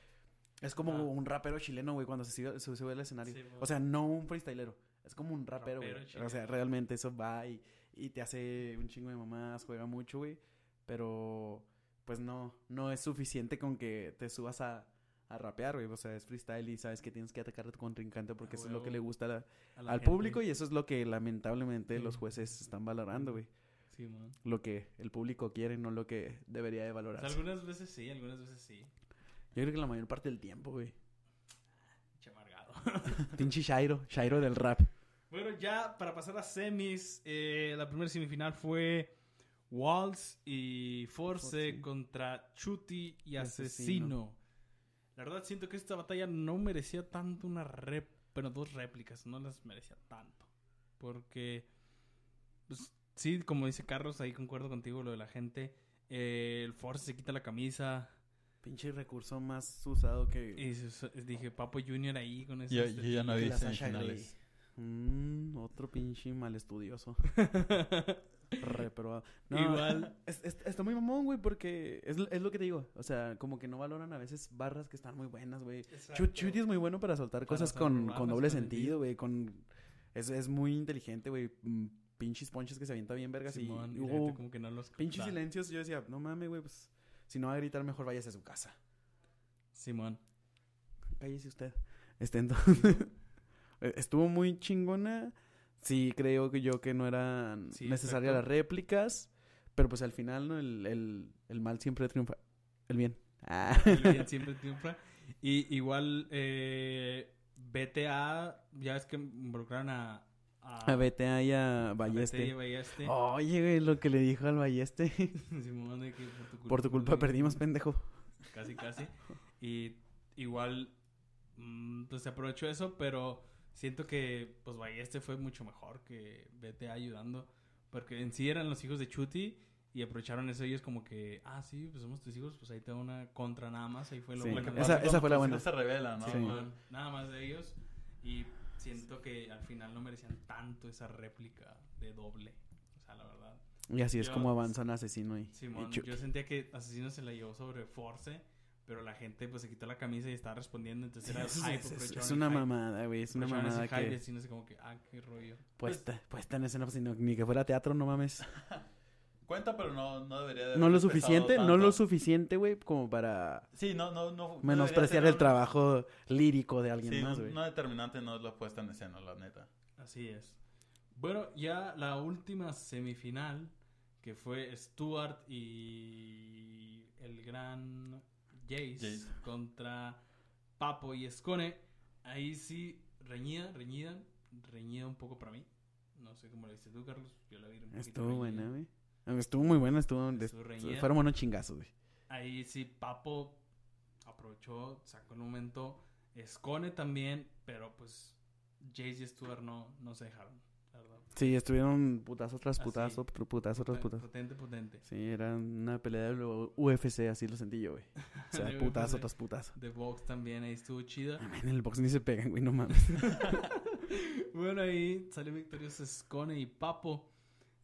S2: es como
S1: Ah.
S2: un rapero chileno, güey, cuando se sube, se sube al escenario.
S1: Sí, mo.
S2: o sea, no un freestylero. Es como un rapero, güey.
S1: Rapero
S2: O sea,
S1: chileno.
S2: realmente eso va y, y te hace un chingo de mamás, juega mucho, güey. Pero, pues no, no es suficiente con que te subas a, a rapear, güey. O sea, es freestyle y sabes que tienes que atacar a tu contrincante porque eso es lo que
S1: huevo.
S2: le gusta a la,
S1: A la
S2: al
S1: gente.
S2: público y eso es lo que lamentablemente
S1: Sí.
S2: los jueces están valorando, güey.
S1: Sí, man.
S2: Lo que el público quiere, no lo que debería de
S1: O
S2: valorar.
S1: sea, algunas veces sí, algunas veces sí.
S2: Yo creo que la mayor parte del tiempo, güey.
S1: Pinche amargado.
S2: Pinche Shairo, Shairo del rap.
S1: bueno, ya para pasar a semis, eh, la primera semifinal fue Walls y Force
S2: Force.
S1: contra Chuti y
S2: Y
S1: Asesino.
S2: Asesino.
S1: La verdad siento que esta batalla no merecía tanto una rep, pero dos réplicas, no las merecía tanto. Porque, pues, sí, como dice Carlos, ahí concuerdo contigo lo de la gente. eh, el Force se quita la camisa,
S2: Pinche recurso más usado que.
S1: Y s- s- dije, Papo Junior ahí con eso.
S3: Yo, yo ya no
S2: que
S3: vi
S2: la Sasha
S3: semifinales.
S2: Grey. Mm, otro pinche mal estudioso. Reprobado. No,
S1: Igual.
S2: es- es- está muy mamón, güey, porque es, es lo que te digo. O sea, como que no valoran a veces barras que están muy buenas, güey. Chu- Chuty es muy bueno para soltar
S1: Para
S2: cosas
S1: hacer
S2: con,
S1: ramas,
S2: con doble
S1: con
S2: sentido, güey. Con... Es, es muy inteligente, güey. Mm, Pinches ponches que se avienta bien, vergas.
S1: Simón,
S2: y
S1: y la
S2: hubo
S1: gente como que no los
S2: pinches
S1: da.
S2: silencios. Yo decía, no mames, güey, pues si no va a gritar, mejor váyase a su casa.
S1: Simón.
S2: Cállese usted. Este, entonces. eh, Estuvo muy chingona. Sí, creo que yo que no eran
S1: Sí,
S2: necesarias
S1: exacto.
S2: las réplicas. Pero pues al final, ¿no? El, el- el mal siempre triunfa. El bien. Ah.
S1: El bien siempre triunfa. Y igual, eh, BTA, ya ves que involucraron a.
S2: A BTA y este. Oh. a
S1: a BTA y
S2: Balleste.
S1: a Balleste.
S2: Oye, güey, lo que le dijo al Balleste.
S1: Simón, de que por tu culpa,
S2: Por tu culpa
S1: güey.
S2: perdimos, pendejo.
S1: Casi, casi. Y igual, mm, pues se aprovechó eso, pero siento que, pues, Balleste fue mucho mejor que BTA ayudando. Porque en sí eran los hijos de Chuti y aprovecharon eso ellos como que, ah, sí, pues somos tus hijos, pues ahí te da una contra nada más, ahí fue lo
S2: Sí.
S1: bueno.
S3: Lo que
S2: Esa-
S3: pasa
S2: esa
S3: cuando
S2: fue la
S3: tus
S2: buena.
S3: hijos Se revela, ¿no?
S2: Sí.
S1: Simón, nada más de ellos. Y siento que al final no merecían tanto esa réplica de doble. O sea, la verdad.
S2: Y así es
S1: Yo-
S2: como avanzan asesino y, y
S1: Simón,
S2: Chucky.
S1: yo sentía que Asesino se la llevó sobre Force, pero la gente pues se quitó la camisa y estaba respondiendo. Entonces
S2: Sí,
S1: era
S2: es,
S1: hype.
S2: es- es-
S1: aprovecharon
S2: es
S1: el
S2: una
S1: hype,
S2: mamada, güey. Es una
S1: aprovecharon ese
S2: mamada
S1: hype y
S2: que
S1: Asesino así como que, ah, qué rollo.
S2: puesta, puesta en escena, pues, ni- ni que fuera teatro, no mames.
S3: Cuenta, pero no, no debería de
S2: No
S3: haber
S2: lo
S3: pesado
S2: suficiente, no
S3: tanto.
S2: lo suficiente, güey, como para
S3: Sí, no, no, no. no
S2: menospreciar
S3: debería
S2: el
S3: ser una-
S2: trabajo lírico de alguien
S3: Sí,
S2: más,
S3: no,
S2: güey.
S3: no determinante no es la puesta en escena, la neta.
S1: Así es. Bueno, ya la última semifinal, que fue Stuart y el gran Jace,
S3: Jace.
S1: contra Papo y Escone. Ahí sí, reñida, reñida, reñida un poco para mí. No sé cómo la viste tú, Carlos. Yo la vi un poquito
S2: Estuvo
S1: reñida.
S2: buena, güey. Aunque Estuvo muy buena, estuvo... de-
S1: Estuvo reñida.
S2: Fueron buenos chingazos, güey.
S1: Ahí sí, Papo aprovechó, sacó el momento. Escone también, pero pues Jace y Stuart no, no se dejaron, la verdad.
S2: Sí, estuvieron putazo tras
S3: Ah,
S1: Así.
S2: putazo, tru- putazo tras
S1: Poten-
S2: putazo.
S1: Potente, potente.
S2: Sí, era una pelea de lo- UFC, así lo sentí yo, güey. O
S1: De
S2: sea,
S1: UFC.
S2: putazo tras putazo.
S1: The Box también, ahí estuvo chida.
S2: Ay, En el box ni se pegan, güey, no mames.
S1: Bueno, ahí salió victorioso Scone y Papo,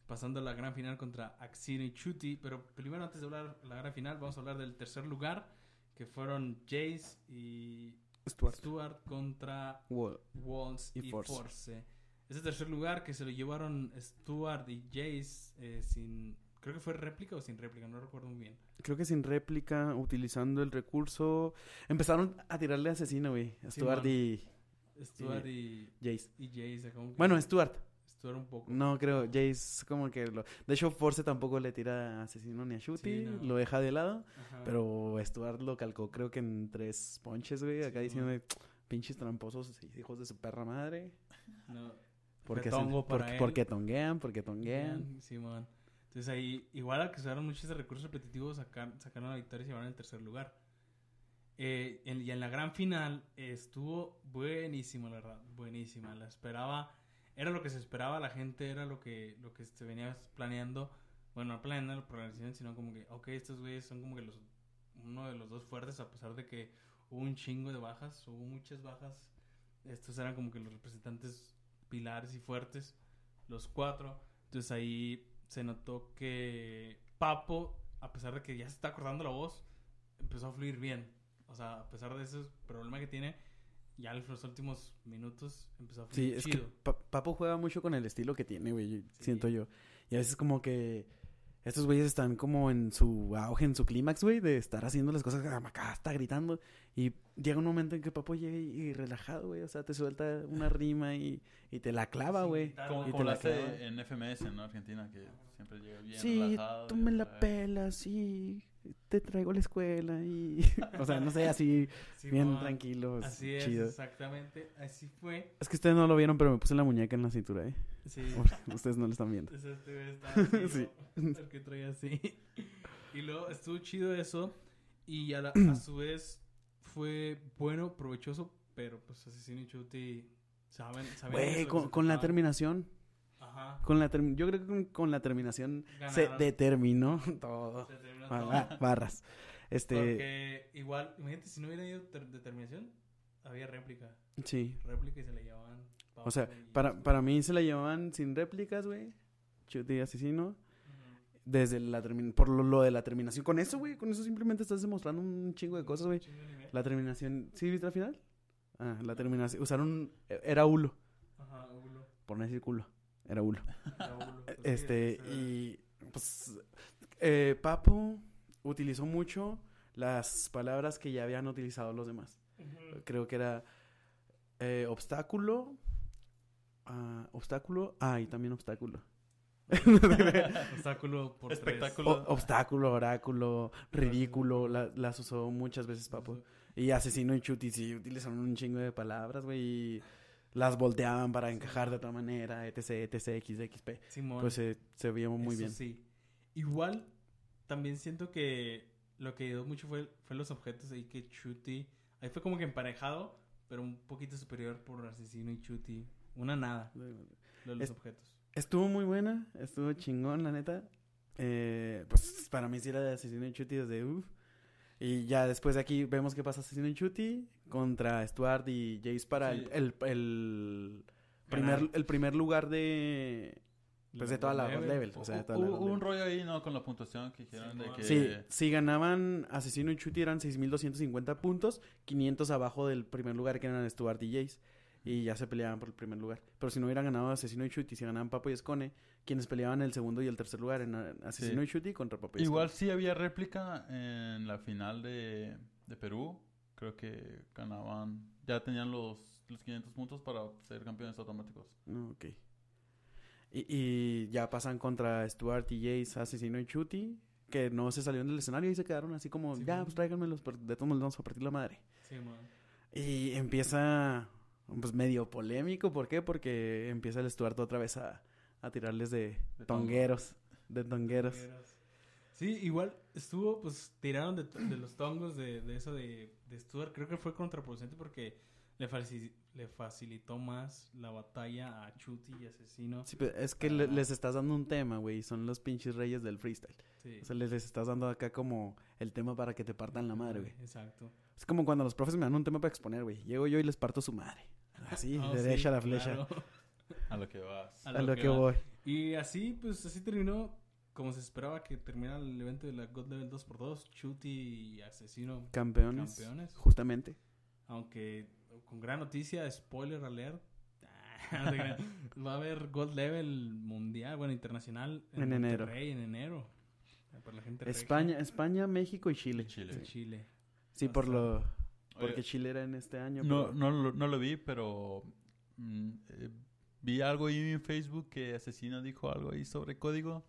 S1: pasando a la gran final contra Axino y Chuti. Pero primero, antes de hablar de la gran final, vamos a hablar del tercer lugar, que fueron Jace y Stuart, contra
S2: Wow.
S1: Walls y,
S2: Y Force.
S1: Force. Ese tercer lugar que se lo llevaron Stuart y Jace eh, sin... Creo que fue réplica o sin réplica, no recuerdo muy bien.
S2: Creo que sin réplica, utilizando el recurso... Empezaron a tirarle asesino, güey. A Stuart
S1: man.
S2: y
S1: Stuart y,
S2: Jace.
S1: y Jace. acá como que-
S2: Bueno, Stuart.
S1: Stuart un poco.
S2: No creo, Jace como que lo... De hecho, Force tampoco le tira a Asesino ni a Shooty,
S1: Sí, no. Ah.
S2: lo deja de lado,
S1: Ajá.
S2: pero Stuart lo calcó creo que en tres ponches, güey, acá
S1: Sí,
S2: diciendo pinches tramposos hijos de su perra madre.
S1: No,
S2: Porque,
S1: Me tongo para
S2: porque,
S1: él.
S2: porque tonguean, porque tonguean.
S1: Bien, Simón. Entonces ahí, igual a que usaron muchos de recursos repetitivos, sacan- sacaron la victoria y se llevaron el tercer lugar. Eh, en- y en la gran final eh, estuvo buenísimo, la verdad, buenísima. La esperaba, era lo que se esperaba, la gente era lo que, lo que se venía planeando. Bueno, no planeando la programación, sino como que, ok, estos güeyes son como que los, uno de los dos fuertes, a pesar de que hubo un chingo de bajas, hubo muchas bajas. Estos eran como que los representantes pilares y fuertes, los cuatro. Entonces ahí se notó que Papo, a pesar de que ya se está acordando la voz, empezó a fluir bien. O sea, a pesar de ese problema que tiene, ya en los últimos minutos empezó a
S2: Sí,
S1: fluir
S2: es que
S1: chido.
S2: Pa- Papo juega mucho con el estilo que tiene, güey,
S1: Sí.
S2: siento yo. Y a veces como que estos güeyes están como en su auge, en su clímax, güey, de estar haciendo las cosas, ah, acá está gritando. Y llega un momento en que Papo llega y, y relajado, güey, o sea, te suelta una rima y, y te la clava,
S1: Sin
S2: güey.
S1: gritar,
S3: Como,
S1: ¿no?
S2: Y
S3: como
S2: te
S3: lo
S2: la clava.
S3: hace en FMS, ¿no? Argentina, que siempre llega bien
S2: Sí,
S3: relajado.
S2: tú
S3: y
S2: me la
S3: relax.
S2: pelas, sí, te traigo a la escuela y... o sea, no sé, así, bien
S1: Simón,
S2: tranquilo,
S1: Así es,
S2: chido. Es.
S1: exactamente. Así fue.
S2: que ustedes no lo vieron, pero me puse la muñeca en la cintura, ¿eh?
S1: Sí.
S2: Porque ustedes no lo están viendo.
S1: Entonces, este güey estaba así,
S2: Sí.
S1: ¿no? El que traía así. Y luego estuvo chido eso. Y a, la- a su vez fue bueno, provechoso, pero pues Asesino y Chuti saben, saben eso,
S2: Güey,
S1: que
S2: con,
S1: se
S2: con la
S1: ocupaban.
S2: terminación,
S1: Ajá.
S2: con la termi- yo creo que con, con la terminación se
S1: Ganaron.
S2: determinó todo.
S1: Se terminó todo.
S2: Barra- barras. Este,
S1: Porque igual, imagínate, si no hubiera ido ter- determinación, había réplica.
S2: sí.
S1: Réplica y se la llevaban.
S2: O sea,
S1: Pablo y-
S2: para, para mí se la llevaban sin réplicas, güey. Chute y asesino.
S1: Ujú.
S2: Desde la termin- por lo, lo de la terminación. Con eso, güey, con eso simplemente estás demostrando un chingo de cosas, güey.
S1: Chingo de nivel.
S2: La terminación, ¿sí viste la final? Ah, la terminación, usaron, e, era hulo,
S1: Ajá, Ulo.
S2: por no decir culo, era hulo.
S1: era Ulo. Pues sí,
S2: Este,
S1: esa-
S2: y pues eh, Papo utilizó mucho las palabras que ya habían utilizado los demás.
S1: Ujú.
S2: Creo que era eh, obstáculo, ah, obstáculo, ah, y también obstáculo.
S1: Obstáculo por
S3: Espectáculo.
S2: O- obstáculo, oráculo, ridículo, la- las usó muchas veces
S1: tres.
S2: Papo. Y asesino y chuti sí utilizaron un chingo de palabras, güey, y las volteaban para encajar de otra manera, etc, etc, xxp.
S1: Simón.
S2: Pues eh, se veía muy
S1: Eso
S2: bien.
S1: Sí. Igual, también siento que lo que ayudó mucho fue, fue los objetos ahí que Chuti. Ahí fue como que emparejado, pero un poquito superior por Asesino y Chuti. Una nada, lo de los
S2: Es-
S1: objetos.
S2: Estuvo muy buena, estuvo chingón, la neta. Eh, pues para mí sí era de Asesino y Chuti desde uff. Y ya después de aquí vemos qué pasa Asesino y Chuti contra Stuart y Jace para el-
S3: Sí.
S2: el, el,
S1: Ganar.
S2: primer, el primer lugar de... Pues de toda la
S1: Level.
S2: God level. O sea, de toda la
S3: Hubo
S2: God
S3: hubo un
S2: level.
S3: rollo ahí, ¿no? Con la puntuación que dijeron de
S1: Simón.
S3: que...
S2: Sí, si ganaban Asesino y Chuti eran 6.250 puntos, 500 abajo del primer lugar que eran Stuart y Jace. Y ya se peleaban por el primer lugar. Pero si no hubieran ganado Asesino y Chuti, si ganaban Papo y Escone, quienes peleaban el segundo y el tercer lugar en Asesino
S3: Sí.
S2: y Chuti contra Papo y
S3: Igual
S2: Escone.
S3: sí había réplica en la final de, de Perú. Creo que ganaban... Ya tenían los, los 500 puntos para ser campeones automáticos.
S2: No, ok. Y, y ya pasan contra Stuart y Jace, Asesino y Chuti, que no se salieron del escenario y se quedaron así como,
S1: Sí,
S2: ya,
S1: bueno.
S2: pues tráiganmelos, pero de todos modos les vamos a partir la madre.
S1: Simón.
S2: Y empieza, pues medio polémico, ¿por qué? Porque empieza el Stuart otra vez a, a tirarles de,
S3: De tongo.
S2: tongueros, de tongueros.
S1: Tongueros. Sí, igual estuvo, pues tiraron de, de los tongos de, de eso de, de Stuart. Creo que fue contraproducente porque le, faci- le facilitó más la batalla a Chuti y Asesino.
S2: Sí, pero es que le- les estás dando un tema, güey, son los pinches reyes del freestyle.
S1: Sí.
S2: O sea, les, les estás dando acá como el tema para que te partan la madre, güey.
S1: Exacto.
S2: Es como cuando los profes me dan un tema para exponer, güey. Llego yo y les parto su madre. Así,
S1: Oh,
S2: derecha
S1: sí,
S2: a la flecha.
S1: claro.
S3: A lo que vas.
S1: A
S2: A,
S1: lo
S2: lo,
S1: que
S2: que,
S1: va.
S2: voy.
S1: Y así, pues así terminó, como se esperaba que terminara el evento de la God Level 2x2, Chuti y Asesino
S2: Campeones,
S1: campeones.
S2: justamente.
S1: Aunque con gran noticia, spoiler alert, ah, no te creas, va a haber God Level mundial, bueno, internacional
S2: En enero.
S1: Monterrey, En enero. Ah, Para la gente regia.
S2: España, España, México y Chile.
S3: Chile.
S1: En Chile.
S2: Sí, por lo... Porque
S3: Oye,
S2: Chile era en este año.
S3: no,
S2: pero-
S3: no, lo- no lo vi, pero... mm, eh, vi algo ahí en Facebook que Asesino dijo algo ahí sobre código.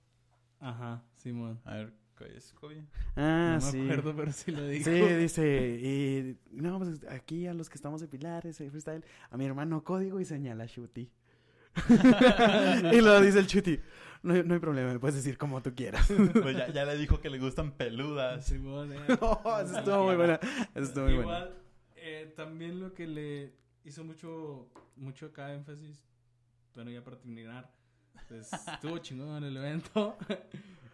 S1: Ajá, Simón.
S3: A ver, ¿qué es Kobe?
S2: Ah,
S1: no me
S2: sí.
S1: acuerdo, pero sí lo dijo.
S2: Sí, dice, y no, pues aquí a los que estamos de pilares, eh, freestyle, a mi hermano código y señala Chuti. y lo dice el Chuti. No, hay- no hay problema, me puedes decir como tú quieras.
S3: Pues ya, ya le dijo que le gustan peludas.
S1: Simón, eh.
S2: No, eso estuvo muy buena. Eso estuvo muy buena.
S1: Igual, eh, también lo que le hizo mucho, mucho acá énfasis, bueno, ya para terminar, pues estuvo chingón el evento.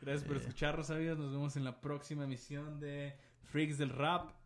S1: Gracias por
S3: Sí.
S2: Eh.
S1: escucharnos, amigos. Nos vemos en la próxima emisión de Freaks del Rap.